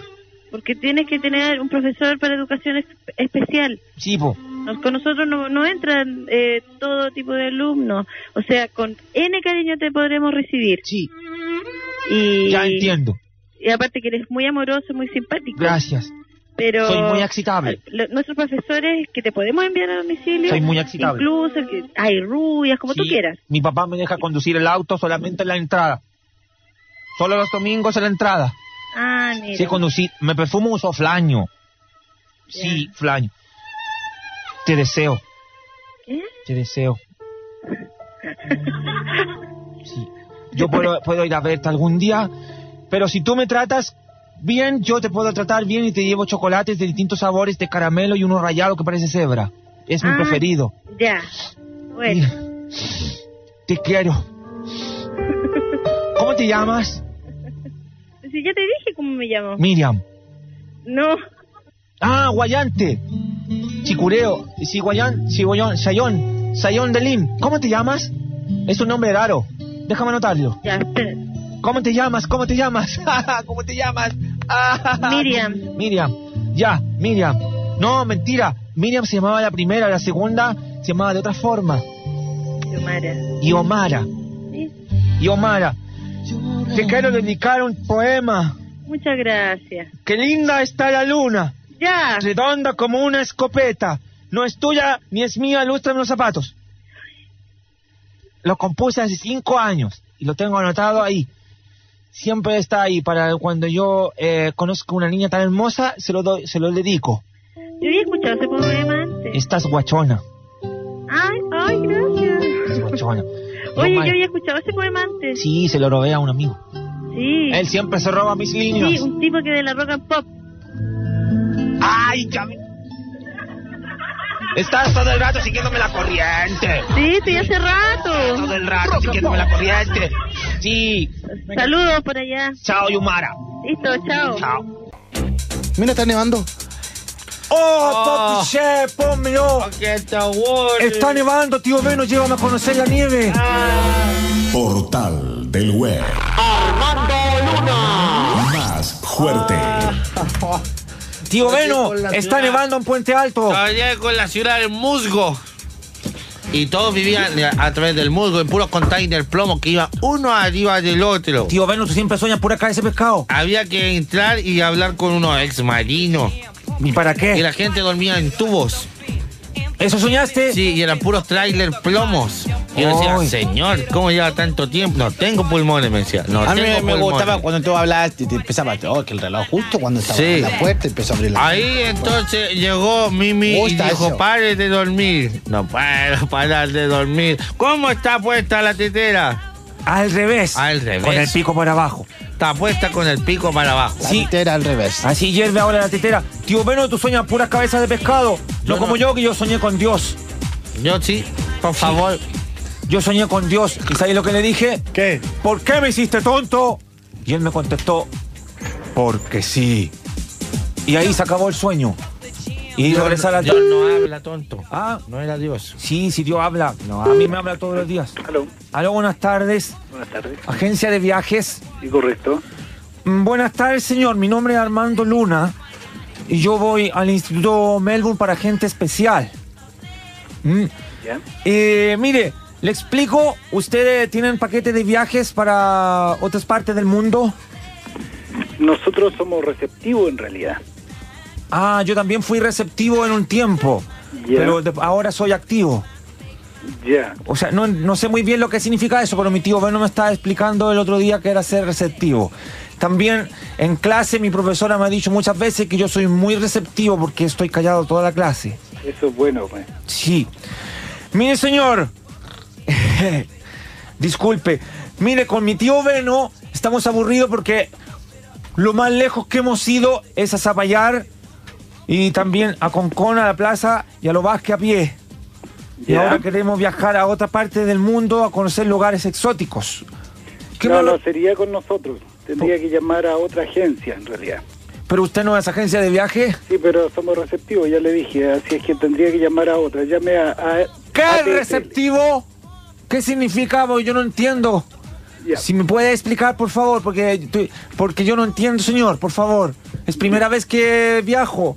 Porque tienes que tener un profesor para educación es- especial. Sí, po. Nos- con nosotros no, no entran eh, todo tipo de alumnos. O sea, con N cariño te podremos recibir. Sí. Y, Ya entiendo. Y aparte que eres muy amoroso, muy simpático. Gracias. Pero Soy muy excitable. lo- nuestros profesores que te podemos enviar a domicilio. Soy muy excitable. Incluso que hay rubias, como tú Sí, quieras. Mi papá me deja conducir el auto solamente en la entrada. Solo los domingos en la entrada. Ah, mira. Sí, conducir. Me perfumo uso flaño. Sí, flaño. Te deseo, ¿Eh? te deseo. Sí. Yo puedo, puedo ir a verte algún día, pero si tú me tratas bien, yo te puedo tratar bien y te llevo chocolates de distintos sabores, de caramelo y uno rayado que parece cebra. Es mi Ah. preferido. Ya. Bueno, Te quiero. ¿Cómo te llamas? si ya te dije cómo me llamo. Miriam. No, Ah, Guayante. Chicureo. Sí, Guayán, sí, Guayón, Sayón. Sayón de Lim. ¿Cómo te llamas? Es un nombre raro. Déjame anotarlo. ya, espérate. ¿Cómo te llamas? ¿Cómo te llamas? ¿Cómo te llamas? Miriam. Miriam. Ya, Miriam. No, mentira. Miriam se llamaba la primera, la segunda se llamaba de otra forma. Xiomara. Y Omara. Y Omara. Te quiero dedicar un poema. Muchas gracias. Qué linda está la luna. Ya. Redonda como una escopeta. No es tuya ni es mía, lústrame los zapatos. Lo compuse hace cinco años y lo tengo anotado ahí. Siempre está ahí para cuando yo eh, conozco una niña tan hermosa, se lo, doy, se lo dedico. Yo había escuchado ese poema antes. Estás guachona. Ay, ay, gracias. guachona. Oye, No mal. yo había escuchado ese poema antes. Sí, se lo robé a un amigo. Sí. Él siempre se roba mis Sí, líneas. un tipo que de la rock and pop. ¡Ay, ya me- Estás todo el rato siguiéndome la corriente. Sí, estoy hace rato. Todo el rato siguiéndome la corriente. Sí. Saludos por allá. Chao, Yumara. Listo, chao. Chao. Mira, está nevando. Ah. ¡Oh, papi Chef, pónmelo! Está nevando, tío Beno, llévame a conocer la nieve. Ah. Portal del web. Más fuerte. Tío Beno, está nevando en Puente Alto. Todavía con la ciudad del musgo. Y todos vivían a- a través del musgo, en puros containers plomo que iban uno arriba del otro. Tío Beno, tú siempre sueñas pura cabeza de pescado. Había que entrar y hablar con unos ex marinos. ¿Y para qué? Y la gente dormía en tubos. ¿Eso soñaste? Sí, y eran puros trailer plomos. Y yo decía, Ay. señor, ¿cómo lleva tanto tiempo? No tengo pulmones, me decía. No a mí tengo me, me pulmones. gustaba cuando tú hablabas, te, te empezaba, oh, que el reloj justo cuando estaba Sí. en la puerta empezó a abrir la Ahí entonces llegó Mimi y Gusta dijo, eso. pare de dormir. No puedo parar de dormir. ¿Cómo está puesta la tetera? Al revés. Al revés. Con el pico para abajo. Está puesta con el pico para abajo. La tetera al revés. Así hierve ahora la tetera. Tío Beno, tú sueñas puras cabezas de pescado. No, Yo como no. yo, que yo soñé con Dios. Yo sí, por favor. Yo soñé con Dios. ¿Y sabes lo que le dije? ¿Qué? ¿Por qué me hiciste tonto? Y él me contestó, porque sí. Y ahí se acabó el sueño. Y Dios, regresa a la Dios no habla, tonto. Ah, no era Dios. Sí, si Dios habla. No, a mí me habla todos los días. Aló. Aló, buenas tardes. Buenas tardes. Agencia de viajes. Sí, correcto. Mm, Buenas tardes, señor. Mi nombre es Armando Luna y yo voy al Instituto Melbourne para gente especial. Mm. ¿Ya? Eh, mire, le explico. Ustedes tienen paquete de viajes para otras partes del mundo. Nosotros somos receptivos en realidad. Ah, yo también fui receptivo en un tiempo, Ya. pero de- ahora soy activo. Ya. O sea, no, no sé muy bien lo que significa eso, pero mi tío Beno me estaba explicando el otro día que era ser receptivo. También en clase mi profesora me ha dicho muchas veces que yo soy muy receptivo porque estoy callado toda la clase. Eso es bueno, pues. Sí. Mire, señor. Disculpe. Mire, con mi tío Beno estamos aburridos porque lo más lejos que hemos ido es a Zapallar y también a Concón, a la plaza y a lo Vázquez a pie. Y Ya. ahora queremos viajar a otra parte del mundo a conocer lugares exóticos. ¿Qué No, me lo- no sería con nosotros. Tendría que llamar a otra agencia en realidad. ¿Pero usted no es agencia de viaje? Sí, pero somos receptivos, ya le dije. Así es que tendría que llamar a otra. Llame a. a- ¿Qué ATSL. receptivo? ¿Qué significa? bo? Yo no entiendo. Si me puede explicar, por favor, porque, tu- porque yo no entiendo, señor, por favor. Es primera vez que viajo.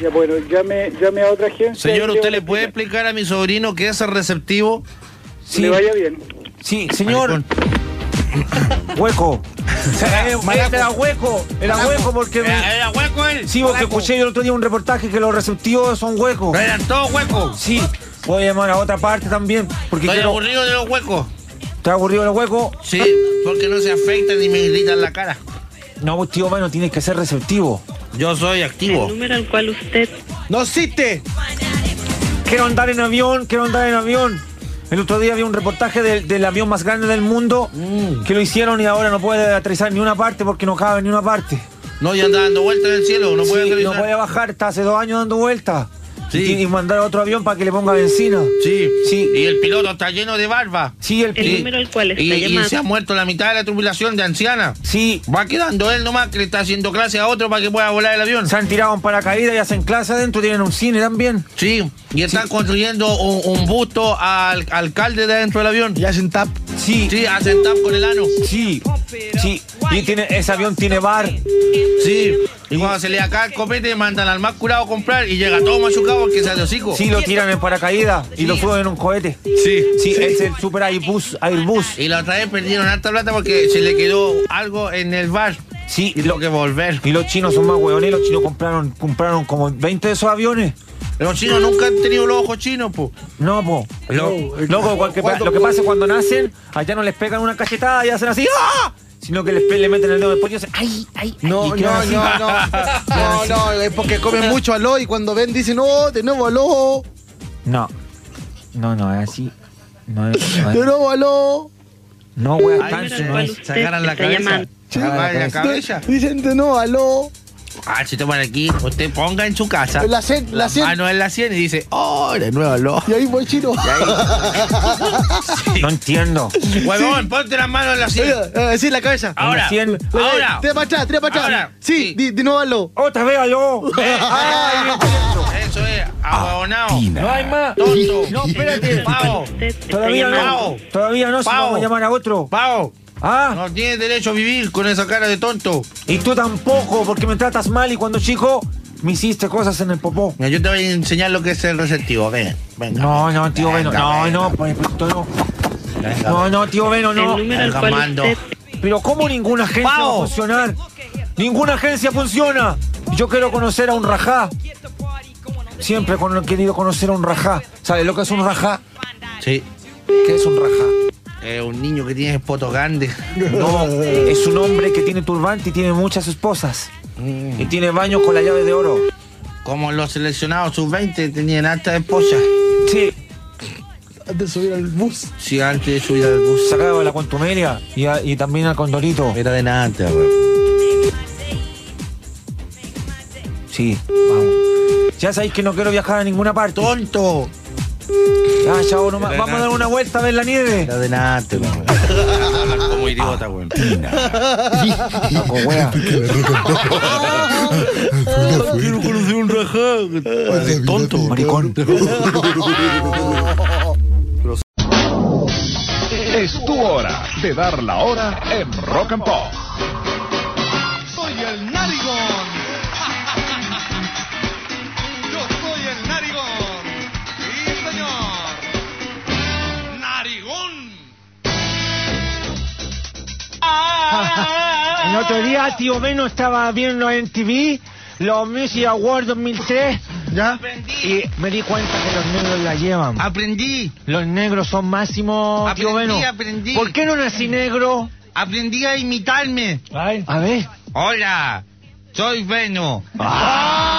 Ya, bueno, llame, llame a otra agencia. Señor, y ¿usted le puede explicar a mi sobrino qué es el receptivo? Sí. Le vaya bien. Sí, señor. Hueco. Eh, Era hueco, era hueco porque... me- Era, era hueco él. Sí, porque escuché yo el otro día un reportaje que los receptivos son huecos. Eran todos huecos. Sí, voy a llamar a otra parte también. Porque Estoy quiero- aburrido de los huecos. ¿Te ha aburrido el hueco? Sí, porque no se afectan ni me gritan la cara. No, pues, tío, bueno, tienes que ser receptivo. Yo soy activo. número al cual usted ¡No existe! Quiero andar en avión, quiero andar en avión. El otro día vi un reportaje del, del avión más grande del mundo Mm. que lo hicieron y ahora no puede aterrizar ni una parte porque no cabe ni una parte. No, ya anda dando vueltas en el cielo, no Sí, puede aterrizar. no puede bajar, está hace dos años dando vueltas. Sí. Y, y mandar otro avión para que le ponga benzina. Sí. Sí. Y el piloto está lleno de barba. Sí, el, Sí. pi- al cual Y, y se ha muerto la mitad de la tripulación de anciana. Sí. Va quedando él nomás que le está haciendo clase a otro para que pueda volar el avión. Se han tirado en paracaídas y hacen clase adentro, tienen un cine también. Sí, y están construyendo un, un busto al alcalde de dentro del avión. Y hacen tap. Sí. Sí, hacen tap con el ano. Sí, sí. Y tiene, ese avión tiene bar. Sí. Y cuando se le acá el copete, mandan al más curado a comprar y llega todo machucado porque se hace hocico. Sí, lo tiran en paracaídas y lo suben en un cohete. Sí. Sí, es el Super Airbus. Airbus. Y la otra vez perdieron harta plata porque se le quedó algo en el bar. Sí, Y lo que volver. y los chinos son más hueones. Los chinos compraron, compraron como 20 de esos aviones. Los chinos nunca han tenido los ojos chinos, po. No, po. Lo- eh, Loco, cual- que pa- lo que pasa es cuando nacen, allá no les pegan una cachetada y hacen así. ¡Ah! Sino que les, pe- le meten el dedo en el pollo y hacen ¡ay, ay! ay, No, y quedan no, no, así. no. No, no, es porque comen mucho aló y cuando ven dicen, oh, de nuevo aló, No, no, no, es así. No, es- de nuevo aló. no, wea, Ay, tanso, no es. se agarran la está cabeza. llamando. Se agarran la Sí. cabeza. Dicen de nuevo aló. Ah, si toman aquí, usted ponga en su casa. La cien, la Ah, cien. no, es la 100 y dice, oh, de nuevo, aló. Y ahí voy chino. No entiendo. Huevón, ponte las manos en la 100. Oiga, eh, Sí, la cabeza. Ahora, cien. ahora. Tira para atrás, tira para atrás. Ahora. Sí, di- de nuevo aló. ¡Otra vez aló! Eh, ¡Ay, Eso es, ahueonao. No hay más. Tonto. No, espérate. Pavo, Todavía no. llamado. Todavía no, si Pavo. vamos a llamar a otro. pavo. Ah, No tienes derecho a vivir con esa cara de tonto. y tú tampoco, porque me tratas mal y cuando chico me hiciste cosas en el popó. Mira, yo te voy a enseñar lo que es el receptivo. Ven, venga. No, no, tío Veno. Venga, No, venga. no, por supuesto no. Venga, No, no, tío Veno, no. venga, mando. Pero ¿cómo ninguna agencia va a Pavo. funcionar? Ninguna agencia funciona. Yo quiero conocer a un rajá. Siempre con- he querido conocer a un rajá. ¿Sabes lo que es un rajá? Sí, ¿Qué es un rajá? es un niño que tiene potos grandes. No, es un hombre que tiene turbante y tiene muchas esposas. Mm. Y tiene baños con la llave de oro. Como los seleccionados sub-20 tenían altas esposas. Sí, Antes de subir al bus. Sí, antes de subir al bus. sacaba la contumelia y, a- y también al condorito. Era de nada antes, weón. Sí, vamos. Ya sabéis que no quiero viajar a ninguna parte. ¡Tonto! Ah, chao, nomás. Vamos a dar una vuelta a ver la nieve. Era de nada antes, weón. Como idiota, weón. Loco, wea. Quiero conocer un rajá. Tonto. Maricón. Es tu hora de dar la hora en Rock and Pop. Soy el narigón. Yo soy el narigón. Sí, señor. Narigón. Ah, El otro día, tío Beno estaba viendo en TV los Music Awards 2003. ¿Ya? Y me di cuenta que los negros la llevan. Aprendí. Los negros son máximos, tío Aprendí, Beno. aprendí. ¿Por qué no nací negro? Aprendí a imitarme. A ver. Hola, soy Beno. Ah.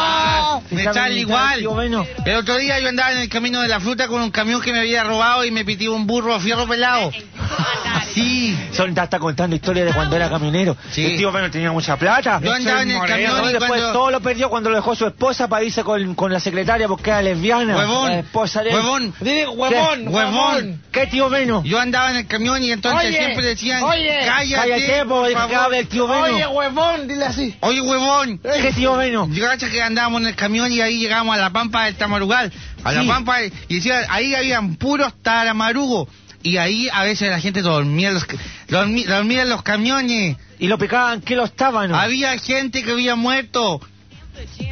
Sí Me sabe sale imitar, igual. tío Beno. El otro día yo andaba en el camino de la fruta con un camión que me había robado y me pitió un burro a fierro pelado. Sí. Son ya está contando historias de cuando era camionero. El tío Beno tenía mucha plata. Yo andaba en el Moreno. camión y Y después cuando- todo lo perdió cuando lo dejó su esposa para irse con, con la secretaria porque era lesbiana. Huevón. La esposa de él. Huevón. Dile, ¿Qué? huevón, Huevón. ¿Qué tío Beno? Yo andaba en el camión y entonces Oye, siempre decían, oye. cállate, Cállate, por porque favor. habla el tío Beno. Oye, huevón, dile así. Oye, huevón. ¿Qué tío Beno? Yo cacho que andábamos en el camión y ahí llegamos a la pampa del Tamarugal. A la Sí. pampa, y decía, ahí habían puros taramarugos. Y ahí a veces la gente dormía en los, dormi- dormía en los camiones. Y lo picaban, que los tábanos. Había gente que había muerto.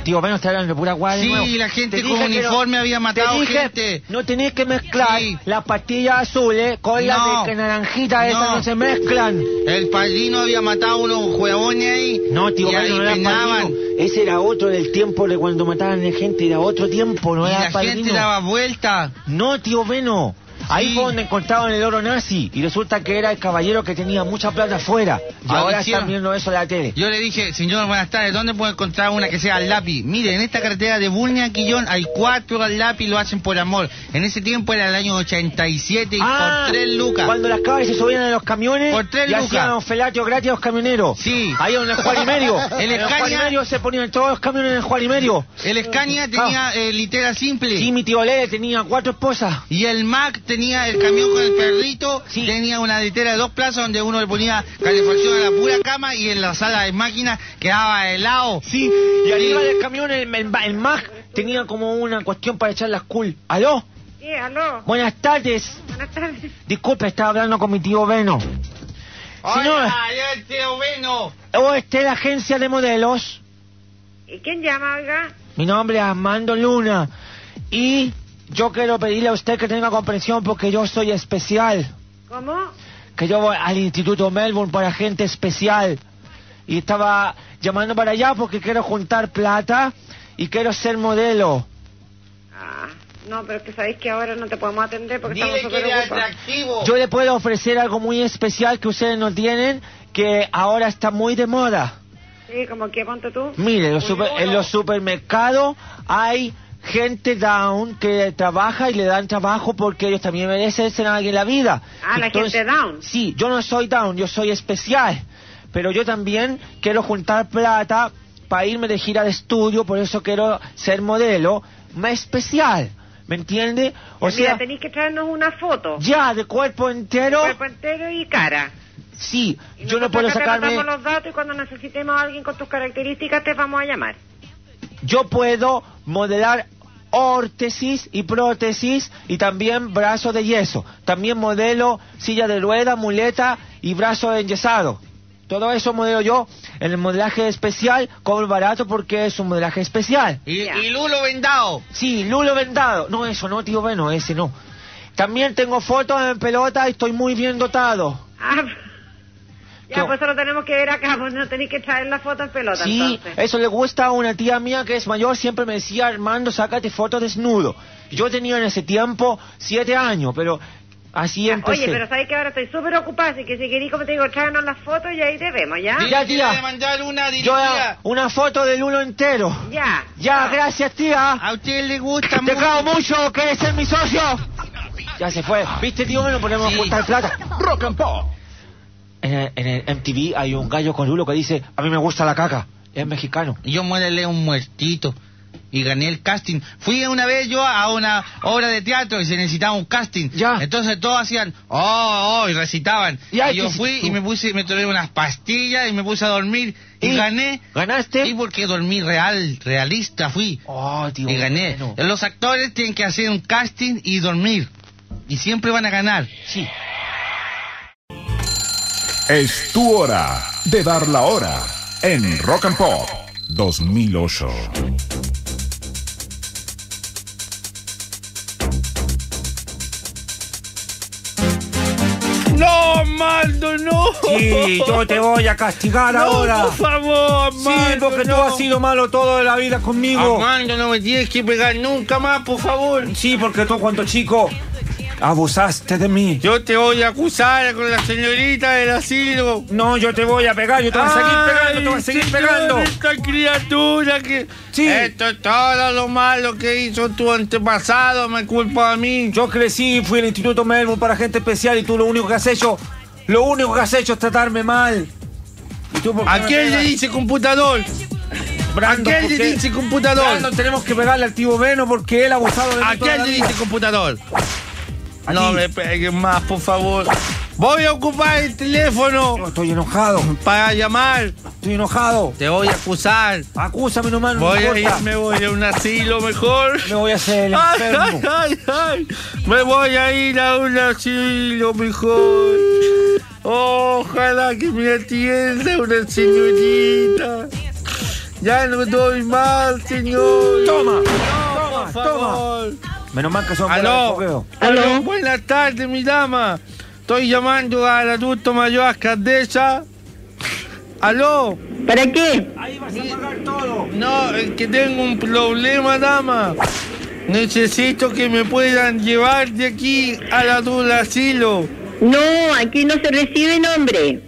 Tío Beno está hablando de pura guay. Sí, la gente con uniforme había matado gente. No tenés que mezclar Sí. las pastillas azules con No. las de naranjita esas, no se mezclan. El padrino había matado a unos huevones ahí. No, tío, y ahí Beno, no era penaban. padrino. Ese era otro del tiempo de cuando mataban a gente, era otro tiempo, no y era la padrino. gente daba vuelta. No, tío Beno. Ahí Sí. fue donde encontraron el oro nazi y resulta que era el caballero que tenía mucha plata afuera. Y Ah, ahora hicieron. están viendo eso en la tele. Yo le dije, señor, buenas tardes, ¿dónde puedo encontrar una que sea al lápiz? Mire, en esta carretera de Bulnia a Quillón hay cuatro al lápiz, lo hacen por amor. En ese tiempo era el año 87 y por tres lucas. Ah, Cuando las cabras se subían a los camiones Por tres y hacían lucas. los felatios gratis a los camioneros. Sí. Ahí en el Juan y medio. El en el Juan y Escaña- medio se ponían todos los camiones en el Juan y medio. Ah. El Scania tenía eh, litera simple. Sí, mi tío Lele tenía cuatro esposas. Y el Mac tenía el camión con el perrito, tenía una litera de dos plazas donde uno le ponía calefacción a la pura cama y en la sala de máquinas quedaba helado. Sí, Y arriba del camión el, el, el Mac tenía como una cuestión para echar las cool. ¿Aló? ¿Qué? ¿Aló? Buenas tardes. Buenas tardes. Disculpe, estaba hablando con mi tío Beno. Señora, Hola, yo el tío Beno. o esté la agencia de modelos. ¿Y quién llama, oiga? Mi nombre es Armando Luna. Y yo quiero pedirle a usted que tenga comprensión porque yo soy especial. ¿Cómo? Que yo voy al Instituto Melbourne para gente especial. Y estaba llamando para allá porque quiero juntar plata y quiero ser modelo. Ah, no, pero es que sabéis que ahora no te podemos atender porque Dile estamos que súper era ocupados. atractivo. Yo le puedo ofrecer algo muy especial que ustedes no tienen, que ahora está muy de moda. Sí, como que ponte tú. Mire, los Un super- loro. en los supermercados hay gente down que trabaja y le dan trabajo porque ellos también merecen ser alguien en la vida. Ah, la gente down. Sí, yo no soy down, yo soy especial. Pero yo también quiero juntar plata para irme de gira de estudio, por eso quiero ser modelo más especial. ¿Me entiende? O Mira, sea, tenéis que traernos una foto. ya, de cuerpo entero. Cuerpo entero y cara. Sí, Y yo no nosotros puedo acá te sacarme. anotamos los datos y cuando necesitemos a alguien con tus características te vamos a llamar. yo puedo modelar órtesis y prótesis y también brazos de yeso. También modelo silla de rueda, muleta y brazo enyesado. Todo eso modelo yo en el modelaje especial, cobro barato porque es un modelaje especial. Y, y Lulo vendado. Sí, Lulo vendado. No, eso no, tío, bueno, ese no. También tengo fotos en pelota y estoy muy bien dotado. Ah, ya, ¿Qué? pues eso lo tenemos que ver acá, pues no tenéis que traer la foto en pelota. Sí, entonces. eso le gusta a una tía mía que es mayor, siempre me decía, Armando, sácate fotos desnudo. Yo tenía en ese tiempo siete años, pero así empecé. Ah, Oye, pero sabéis que ahora estoy súper ocupada, así que si queréis, como te digo, tráenos las fotos y ahí te vemos, ¿ya? Dile Ya, que tía. le voy a mandar una Yo era una foto del uno entero. Ya. Ya, gracias, tía. A usted le gusta Te mucho. cago mucho, ¿quieres ser mi socio? Ya se fue. ¿Viste, tío? Bueno, ponemos a juntar plata. Rock and Pop. En el, en el MTV hay un gallo con lulo que dice, a mí me gusta la caca. Es mexicano. Yo muérele un muertito. y gané el casting. Fui una vez yo a una obra de teatro y se necesitaba un casting. Entonces todos hacían, oh, oh, y recitaban. y yo fui y me puse, me tomé unas pastillas y me puse a dormir y, gané. ¿Ganaste? Y porque dormí real, realista fui. Oh, y gané. Los actores tienen que hacer un casting y dormir. Y siempre van a ganar. Sí. Es tu hora de dar la hora en Rock and Pop 2008. No, Maldo, no. Sí, yo te voy a castigar No, ahora. por favor, Sí, Armando, porque tú no. has sido malo toda la vida conmigo. Armando, no me tienes que pegar nunca más, por favor. Sí, porque tú cuando chico abusaste de mí. Yo te voy a acusar con la señorita del asilo. No, yo te voy a pegar, yo te voy a seguir pegando, te voy a seguir pegando. Esta criatura que. Esto es todo lo malo que hizo tu antepasado, me culpa a mí. Yo crecí, fui al Instituto Melbourne para gente especial y tú lo único que has hecho, lo único que has hecho es tratarme mal. ¿Y tú por qué ¿A me quién le pegas? dice computador? Brandon, ¿A quién ¿por le qué? dice computador? Brandon, tenemos que pegarle al tío Veno porque él ha abusado de ¿A mí toda quién la le vida. dice computador? No me peguen más, por favor. Voy a ocupar el teléfono. estoy enojado. Para llamar. Estoy enojado. Te voy a acusar. Acúsame nomás, no Voy me a importa. irme, voy a un asilo mejor. Me voy a hacer el Ay, enfermo. ay, ay, ay. Me voy a ir a un asilo mejor. Ojalá que me atienda una señorita. Ya no doy más, señor. Toma, No, toma, por toma. favor. Menos mal que son bolas de Aló, fogueo. aló, buenas tardes, mi dama. Estoy llamando al adulto mayor Ascardesa. Aló. ¿Para qué? Ahí vas a pagar todo. No, es que tengo un problema, dama. Necesito que me puedan llevar de aquí al adulto asilo. No, aquí no se recibe nombre.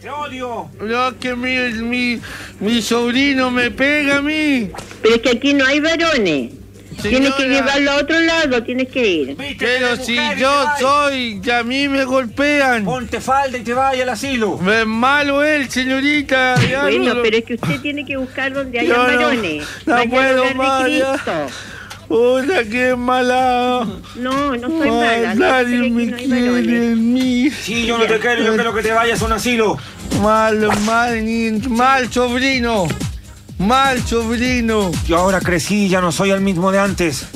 Te odio. No, que mi, mi, mi sobrino me pega a mí. Pero es que aquí no hay varones. Tienes que Señora. llevarlo a otro lado, tienes que ir. Pero si yo soy, que a mí me golpean. Ponte falda y te vaya al asilo. Me es malo él, señorita. Ya Bueno, no lo- pero es que usted tiene que buscar donde haya Yo no- varones. no Vaya al puedo hogar de más, ya. Cristo. Hola, qué mala. No, no soy Ay, mala. nadie solo que me no hay quiere varones. en mí. Sí, yo no te quiero, yo quiero que te vayas a un asilo. Mal, mal, ni- mal sobrino. Mal sobrino. Yo ahora crecí, ya no soy el mismo de antes.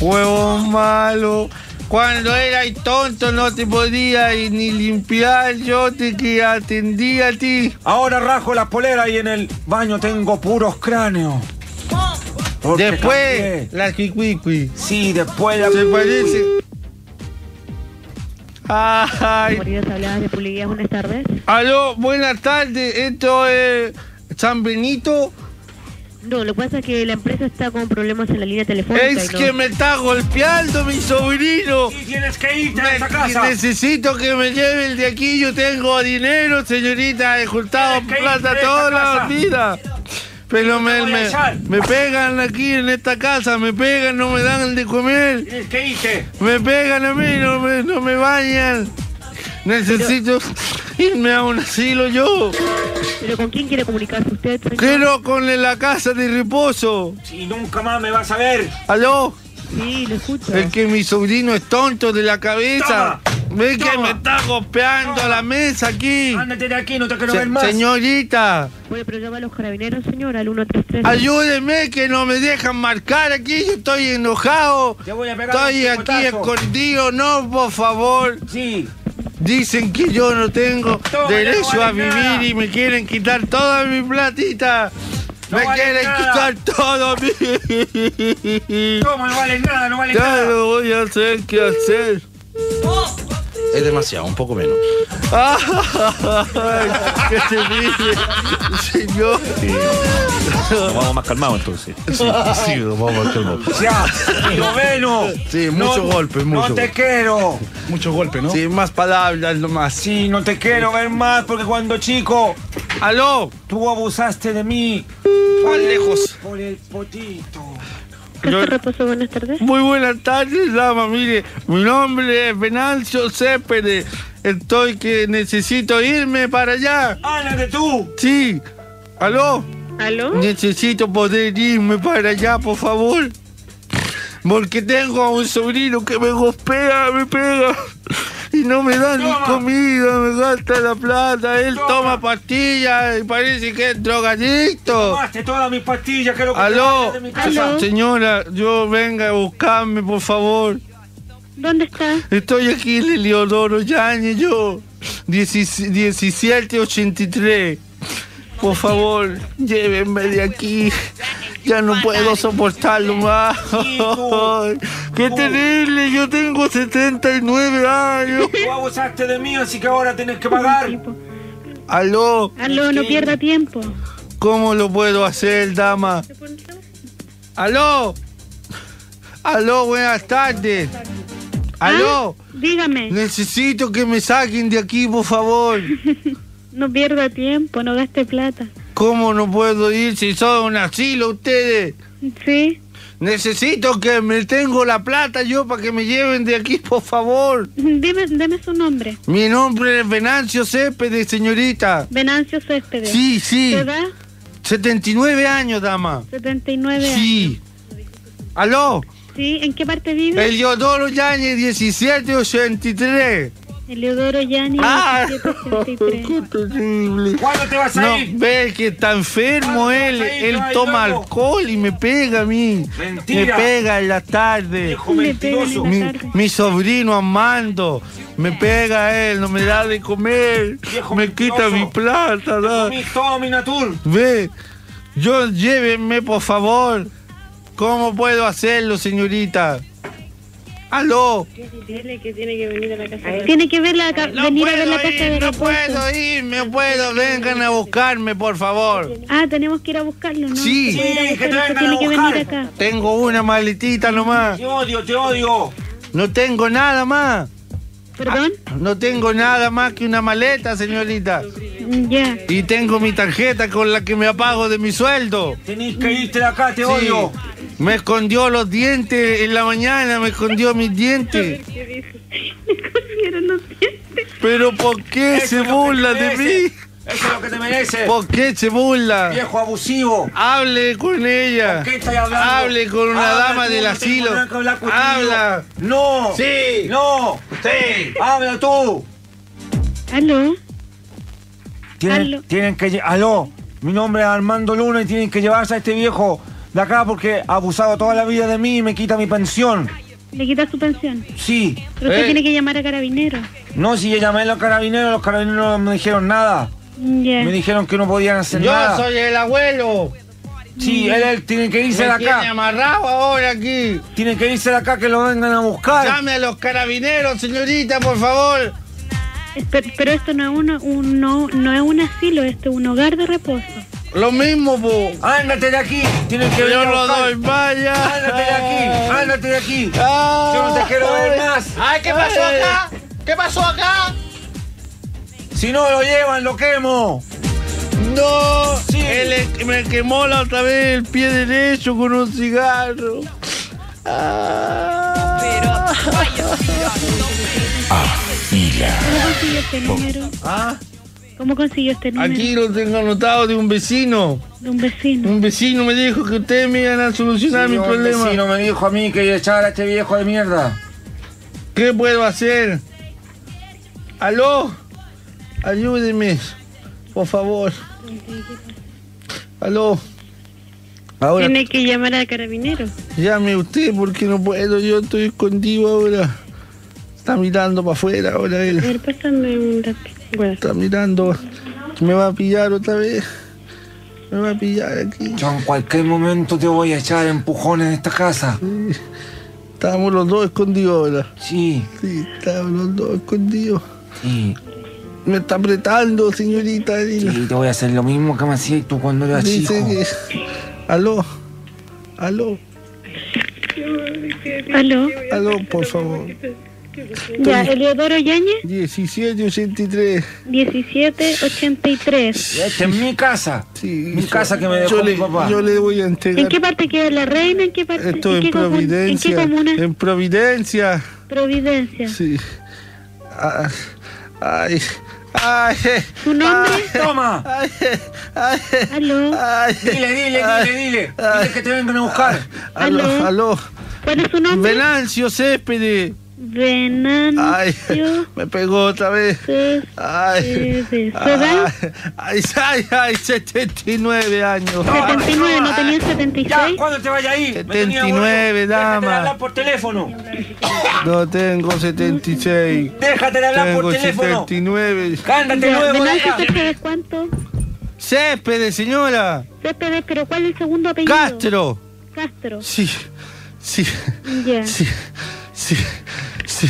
Huevo malo. Cuando eras tonto no te podía y ni limpiar, yo te que atendía a ti. Ahora rajo la polera y en el baño tengo puros cráneos. Porque Después, la cuicuicui. cambié. Sí, después la... ¿Te parece? Ah. Ay, Morir habladas de pulguías, buenas tardes. aló, buenas tardes, esto es San Benito. No, lo que pasa es que la empresa está con problemas en la línea telefónica. Es y no- que me está golpeando mi sobrino. Sí, tienes que irte a Me- esa casa. necesito que me lleve el de aquí, yo tengo dinero, señorita, he juntado Tienes que irte plata de esta toda la casa. vida. Pero me, voy a me- echar. me pegan aquí en esta casa, me pegan, no me dan de comer, Tienes que irte. me pegan a mí, no me, no me bañan. Necesito irme a un asilo yo. ¿Pero con quién quiere comunicarse usted? señor? Quiero con la casa de reposo. Si nunca más me vas a ver. ¿Aló? Sí, lo escucho. Es que mi sobrino es tonto de la cabeza. Ve que Toma. me está golpeando Toma. la mesa aquí. Ándate de aquí, no te quiero Se- ver más. señorita, Bueno, pero llama a los carabineros, señor, al 133. ayúdeme que no me dejan marcar aquí. Yo estoy enojado. Te voy a pegar Estoy un aquí chicotazo. escondido. No, por favor. Sí. Dicen que yo no tengo Toma, ya derecho no a vale vivir nada. y me quieren quitar toda mi platita. No me vale quieren nada. quitar todo mi. Toma, no vale nada, no vale Ya nada. no voy a hacer qué hacer. Es demasiado, un poco menos. Ay, ¡Que se brille, señor! Nos vamos más calmado entonces. Sí, sí, nos vamos más calmado. Ya, tío Veno. Sí, mucho golpe, mucho No te golpe. quiero. Mucho golpe, ¿no? Sí, más palabras nomás. Sí, no te quiero ver más porque cuando chico ¡Aló! tú abusaste de mí ¡Más lejos! por el potito. Casa Reposo, buenas tardes. Muy buenas tardes, dama. Mire, mi nombre es Venancio Céspedes. Estoy que necesito irme para allá. Ándate tú. Sí. ¿Aló? ¿Aló? Necesito poder irme para allá, por favor. Porque tengo a un sobrino que me gospea, me pega. Y no me dan ni comida, me gasta la plata. Él toma pastillas y parece que es drogadicto. Tomaste todas mis pastillas, que lo que Aló, te mandaste de mi casa. Aló. señora, yo venga a buscarme, por favor. ¿Dónde está? Estoy aquí en Eleodoro Yañez, yo. 17- 1783. Por favor, llévenme de aquí. Ya no puedo soportarlo más. ¡Qué terrible! Yo tengo 79 años. Tú abusaste de mí, así que ahora tenés este que pagar. Aló. Aló, no pierda tiempo. ¿Cómo lo puedo hacer, dama? Aló. Aló, buenas tardes. ¿Ah? Aló. Dígame. Necesito que me saquen de aquí, por favor. No pierda tiempo, no gaste plata. ¿Cómo no puedo ir si son un asilo ustedes? Sí. Necesito que me tengo la plata yo para que me lleven de aquí, por favor. Dime, deme su nombre. Mi nombre es Venancio Céspedes, señorita. Venancio Céspedes. Sí, sí. ¿Te da 79 años, dama. 79 años. Sí. ¿Aló? Sí, ¿en qué parte vive? Eliodoro Yañez, 1783. Eleodoro Yanni, Ah. 1783. ¿Cuándo te vas a no, ir? ve que está enfermo él. ir, él Johnny toma Loco? alcohol y me pega a mí. Mentira. Me pega en la tarde. Me pega en la mentiroso. Mi, tarde. mi sobrino Amando me pega a él, no me da de comer. me quita mi plata. da. Comí todo mi natur. Ve, yo llévenme por favor. ¿Cómo puedo hacerlo, señorita? Aló. Dile que tiene que venir a la casa. Tiene que ver la ca- venir a ver la casa de No repuesto. puedo ir, no puedo. Vengan a buscarme, por favor. Ah, tenemos que ir a buscarlo, ¿no? Sí. Se puede ir a Sí, que te buscarlo, vengan a tiene que buscar. venir acá. Tengo una maletita nomás. Te odio, te odio. No tengo nada más. Ah, ¿Perdón? No tengo nada más que una maleta, señorita. Mm, Ya. Y tengo mi tarjeta con la que me apago de mi sueldo. Tenés que irte de acá, te odio. Me escondió los dientes en la mañana, me escondió mis dientes. Pero ¿por qué se burla de mí? Eso es lo que te mereces. ¿Por qué se burla? Viejo abusivo. Hable con ella. ¿Con qué estás hablando? Hable con una Habla dama tú, del no asilo. tengo nada que hablar contigo. Habla. No. Sí. No. Sí. Habla tú. Aló. Tienen, Aló. tienen que lle- aló, mi nombre es Armando Luna y tienen que llevarse a este viejo de acá porque ha abusado toda la vida de mí y me quita mi pensión. Le quita su pensión. Sí. Pero Eh. usted tiene que llamar a carabineros. No, si yo llamé a los carabineros, los carabineros no me dijeron nada. Ya. Me dijeron que no podían hacer nada. el abuelo. Sí, él, él tiene que irse Mm. Me de tiene acá. amarrado ahora aquí. Tienen que irse de acá que lo vengan a buscar. Llame a los carabineros, señorita, por favor. Es- Pero, pero esto no es uno, un, no, no es un asilo, esto es un hogar de reposo. Lo mismo, po. Ándate de aquí. Tienen que Yo venir a lo buscar. doy, vaya. Ah. Ándate de aquí. Ándate de aquí. Yo no te quiero ver más. Ay, ¿qué pasó acá? ¿Qué pasó acá? Si no lo llevan, lo quemo. No, él es- me quemó la otra vez el pie derecho con un cigarro. Ah. ¿Cómo consiguió este número? Ah, ¿Cómo consiguió este número? aquí lo tengo anotado de un vecino. De un vecino. Un vecino me dijo que ustedes me iban a solucionar mi problema. Si no me dijo a mí que echara a este viejo de mierda. ¿Qué puedo hacer? Aló, ayúdeme, por favor. Aló, ahora Tiene que llamar a carabineros. llame usted porque no puedo, yo estoy escondido ahora. Está mirando para afuera ahora A él. ver, pásame un lápiz. Está mirando. Me va a pillar otra vez. Me va a pillar aquí. Yo en cualquier momento te voy a echar empujones de esta casa. Estábamos los dos escondidos ahora. Sí. Sí, estábamos los dos escondidos. Sí. Me está apretando, señorita. Dile. Y te voy a hacer lo mismo que me hacías tú cuando eras chico. Dice que. Aló. Aló. Aló. Aló, por favor. Ya, Eleodoro Yañez, 1783. 1783. Esta es Este, mi casa. Sí. Mi yo- casa que me dejó yo mi le, papá. Yo le voy a entregar. ¿En qué parte queda la reina? ¿En qué parte? Esto ¿En, en qué comun- Providencia. ¿En qué comuna? En Providencia. Providencia. Sí. Ah, Ay, ay, ¿Tu nombre? Toma. ¿Aló? Dile, dile, dile, dile. Dile que te vengan a buscar. Aló, ¿Aló? aló. ¿Cuál es su nombre? Venancio Céspedes. Venancio. Ay, me pegó otra vez. Ay, ay, ay, ay, ay, 79 años. 79, ¿no tenías 76? Ya, ¿cuándo te vaya ahí? 79, Déjate de dama. hablar por teléfono. No tengo 76. Déjate de hablar tengo por teléfono. 79. Cándate Ya, nuevo de Venancio acá. Céspedes, ¿cuánto? Céspedes, señora. Céspedes, pero ¿cuál es el segundo apellido? Castro. Castro. Sí, sí, Ya. sí, sí, sí.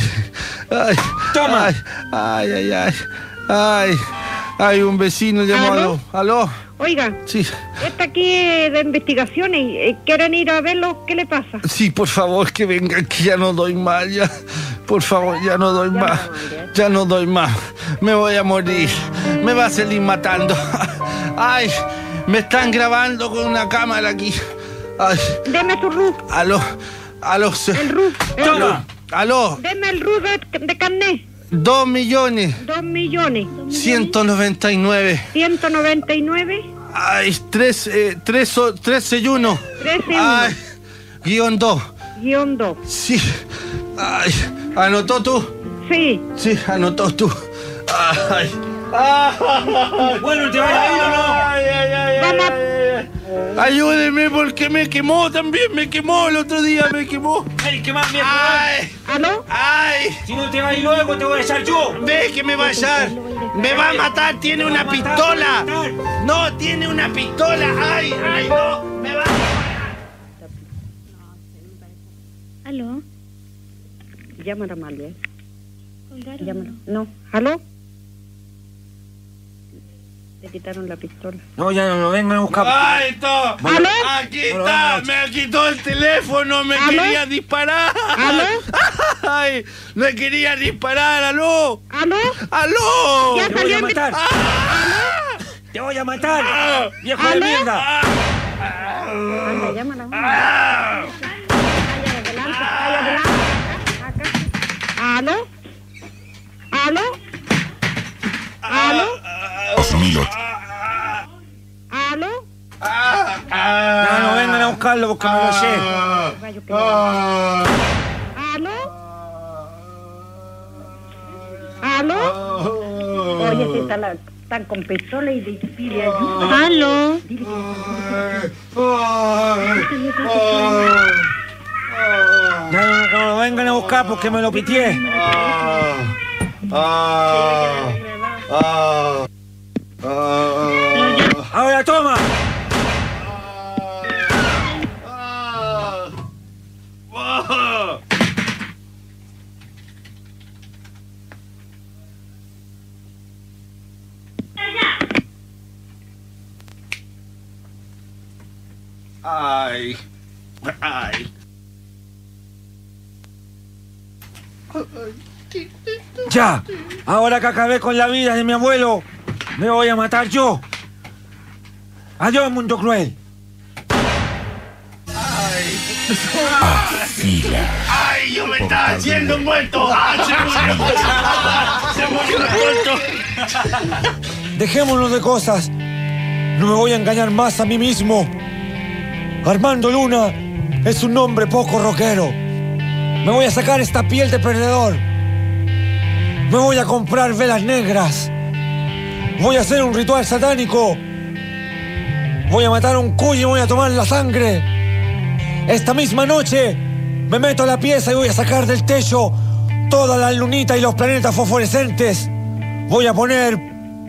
Ay, Toma. Ay, ay, ay, ay. Ay, ay, un vecino llamado. ¿Aló? Oiga, Sí, esta aquí eh, de investigaciones, eh, ¿quieren ir a verlo? ¿Qué le pasa? sí, por favor, que venga, que ya no doy más, ya. Por favor, ya no doy más. Ya no doy más. Me voy a morir. Me va a salir matando. Ay, me están grabando con una cámara aquí. Ay. Deme su RUC, Aló, aló. El RUC. Toma. Aló, deme el RUC de, de carnet, dos millones. dos millones, 199. 199, Ay, 3, eh, 3, 13 y 1. 13 y Ay, guión 2. guión 2. Ah. Sí. Ay, ¿anotó tú? Sí. Sí, anotó tú. Ay. Bueno, ¿te vas a ir o no? Eh, Ayúdeme porque me quemó también, me quemó el otro día, me quemó. Ay, qué más mierda. Ay. ¿Aló? Ay. Si no te vas y luego te voy a echar yo. Ve que me va a echar. Me va a matar, tiene una pistola. No, tiene una pistola. Ay, ay, no. Me va ¿Aló? Llámalo malo, ¿eh? Llámalo. No, ¿aló? Le quitaron la pistola. No, ya no lo vengan a buscar. ¡Ah, está! Bueno. ¡Aquí está! ¡Me quitó el teléfono! ¡Me ¿Aló? quería disparar! ¡Ay! ¡Me quería disparar! ¡Aló! ¿Aló? ¡Aló! Te voy a matar. Te voy a matar. ah, Viejo de mierda. Anda, llámala. ¿Aló? ¿Aló? ¿Aló? ¿Aló? Ah. No, no vengan a buscarlo porque me lo sé. Ah. ¿Aló? ¿Aló? Oye, si está la- están con pistola y de- pide ayuda. ¿Aló? Dile que- Ah. No, no, no lo vengan a buscar porque me lo pitié. Ahora toma. Ah. ¡Ay! ¡Ay! Ya. Ahora que acabé con la vida de mi abuelo, me voy a matar yo. Adiós, mundo cruel. Ah, ¡Ay! ¡Yo me estaba haciendo muerto! ¡Ah, se murió! ¡Se murió el muerto! Dejémonos de cosas. No me voy a engañar más a mí mismo. Armando Luna es un hombre poco rockero. Me voy a sacar esta piel de perdedor. Me voy a comprar velas negras. Voy a hacer un ritual satánico. Voy a matar a un cuyo y voy a tomar la sangre. Esta misma noche me meto a la pieza y voy a sacar del techo toda la lunita y los planetas fosforescentes. Voy a poner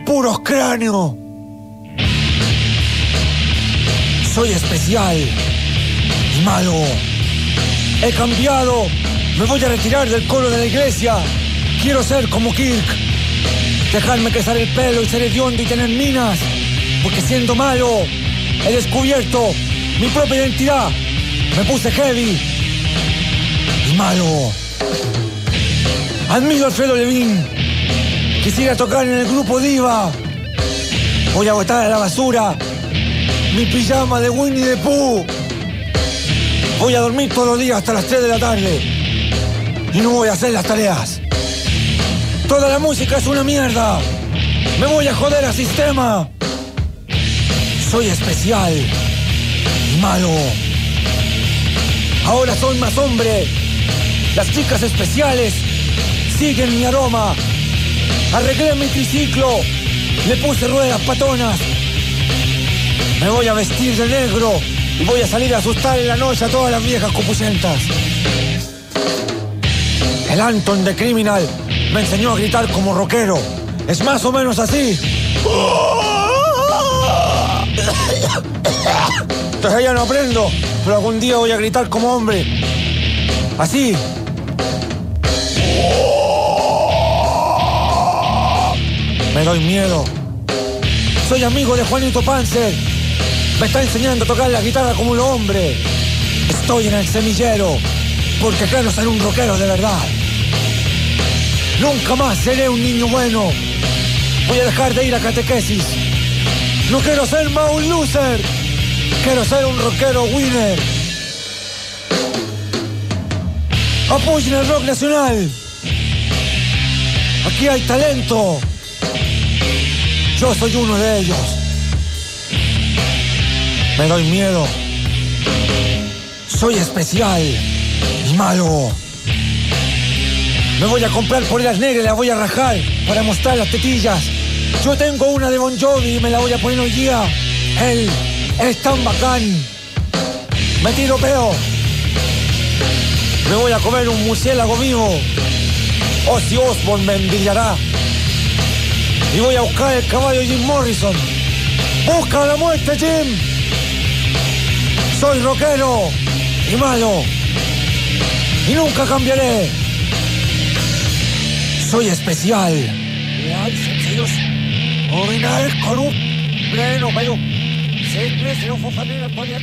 puros cráneos. Soy especial y malo. He cambiado. Me voy a retirar del coro de la iglesia. Quiero ser como Kirk. Dejarme crecer el pelo y ser hediondo y tener minas. Porque siendo malo, he descubierto mi propia identidad. Me puse heavy y malo. Admiro a Alfredo Levin. Quisiera tocar en el grupo Diva. Voy a botar a la basura mi pijama de Winnie the Pooh. Voy a dormir todos los días hasta las 3 de la tarde. Y no voy a hacer las tareas. Toda la música es una mierda. Me voy a joder al sistema. Soy especial. Malo. Ahora soy más hombre. Las chicas especiales siguen mi aroma. Arreglé mi triciclo. Le puse ruedas patonas. Me voy a vestir de negro y voy a salir a asustar en la noche a todas las viejas copulentas. El Anton de Criminal me enseñó a gritar como rockero. Es más o menos así. Entonces ya no aprendo, pero algún día voy a gritar como hombre. Así. Me doy miedo. Soy amigo de Juanito Panzer. Me está enseñando a tocar la guitarra como un hombre. Estoy en el semillero, porque quiero ser un rockero de verdad. Nunca más seré un niño bueno. Voy a dejar de ir a catequesis. No quiero ser más un loser. Quiero ser un rockero winner. Apoyen el rock nacional. Aquí hay talento. Yo soy uno de ellos. Me doy miedo. Soy especial y malo. Me voy a comprar por las negras y las voy a rajar para mostrar las tetillas. Yo tengo una de Bon Jovi y me la voy a poner hoy día. Él es tan bacán. Me tiro peo. Me voy a comer un murciélago vivo. Ozzy Osbourne me envidiará. Y voy a buscar el caballo Jim Morrison. ¡Busca la muerte, Jim! Soy rockero y malo. Y nunca cambiaré. Soy especial. Real, sencillos. Orinar, corrupto. Pleno, pero. Siempre se lo fue a poner.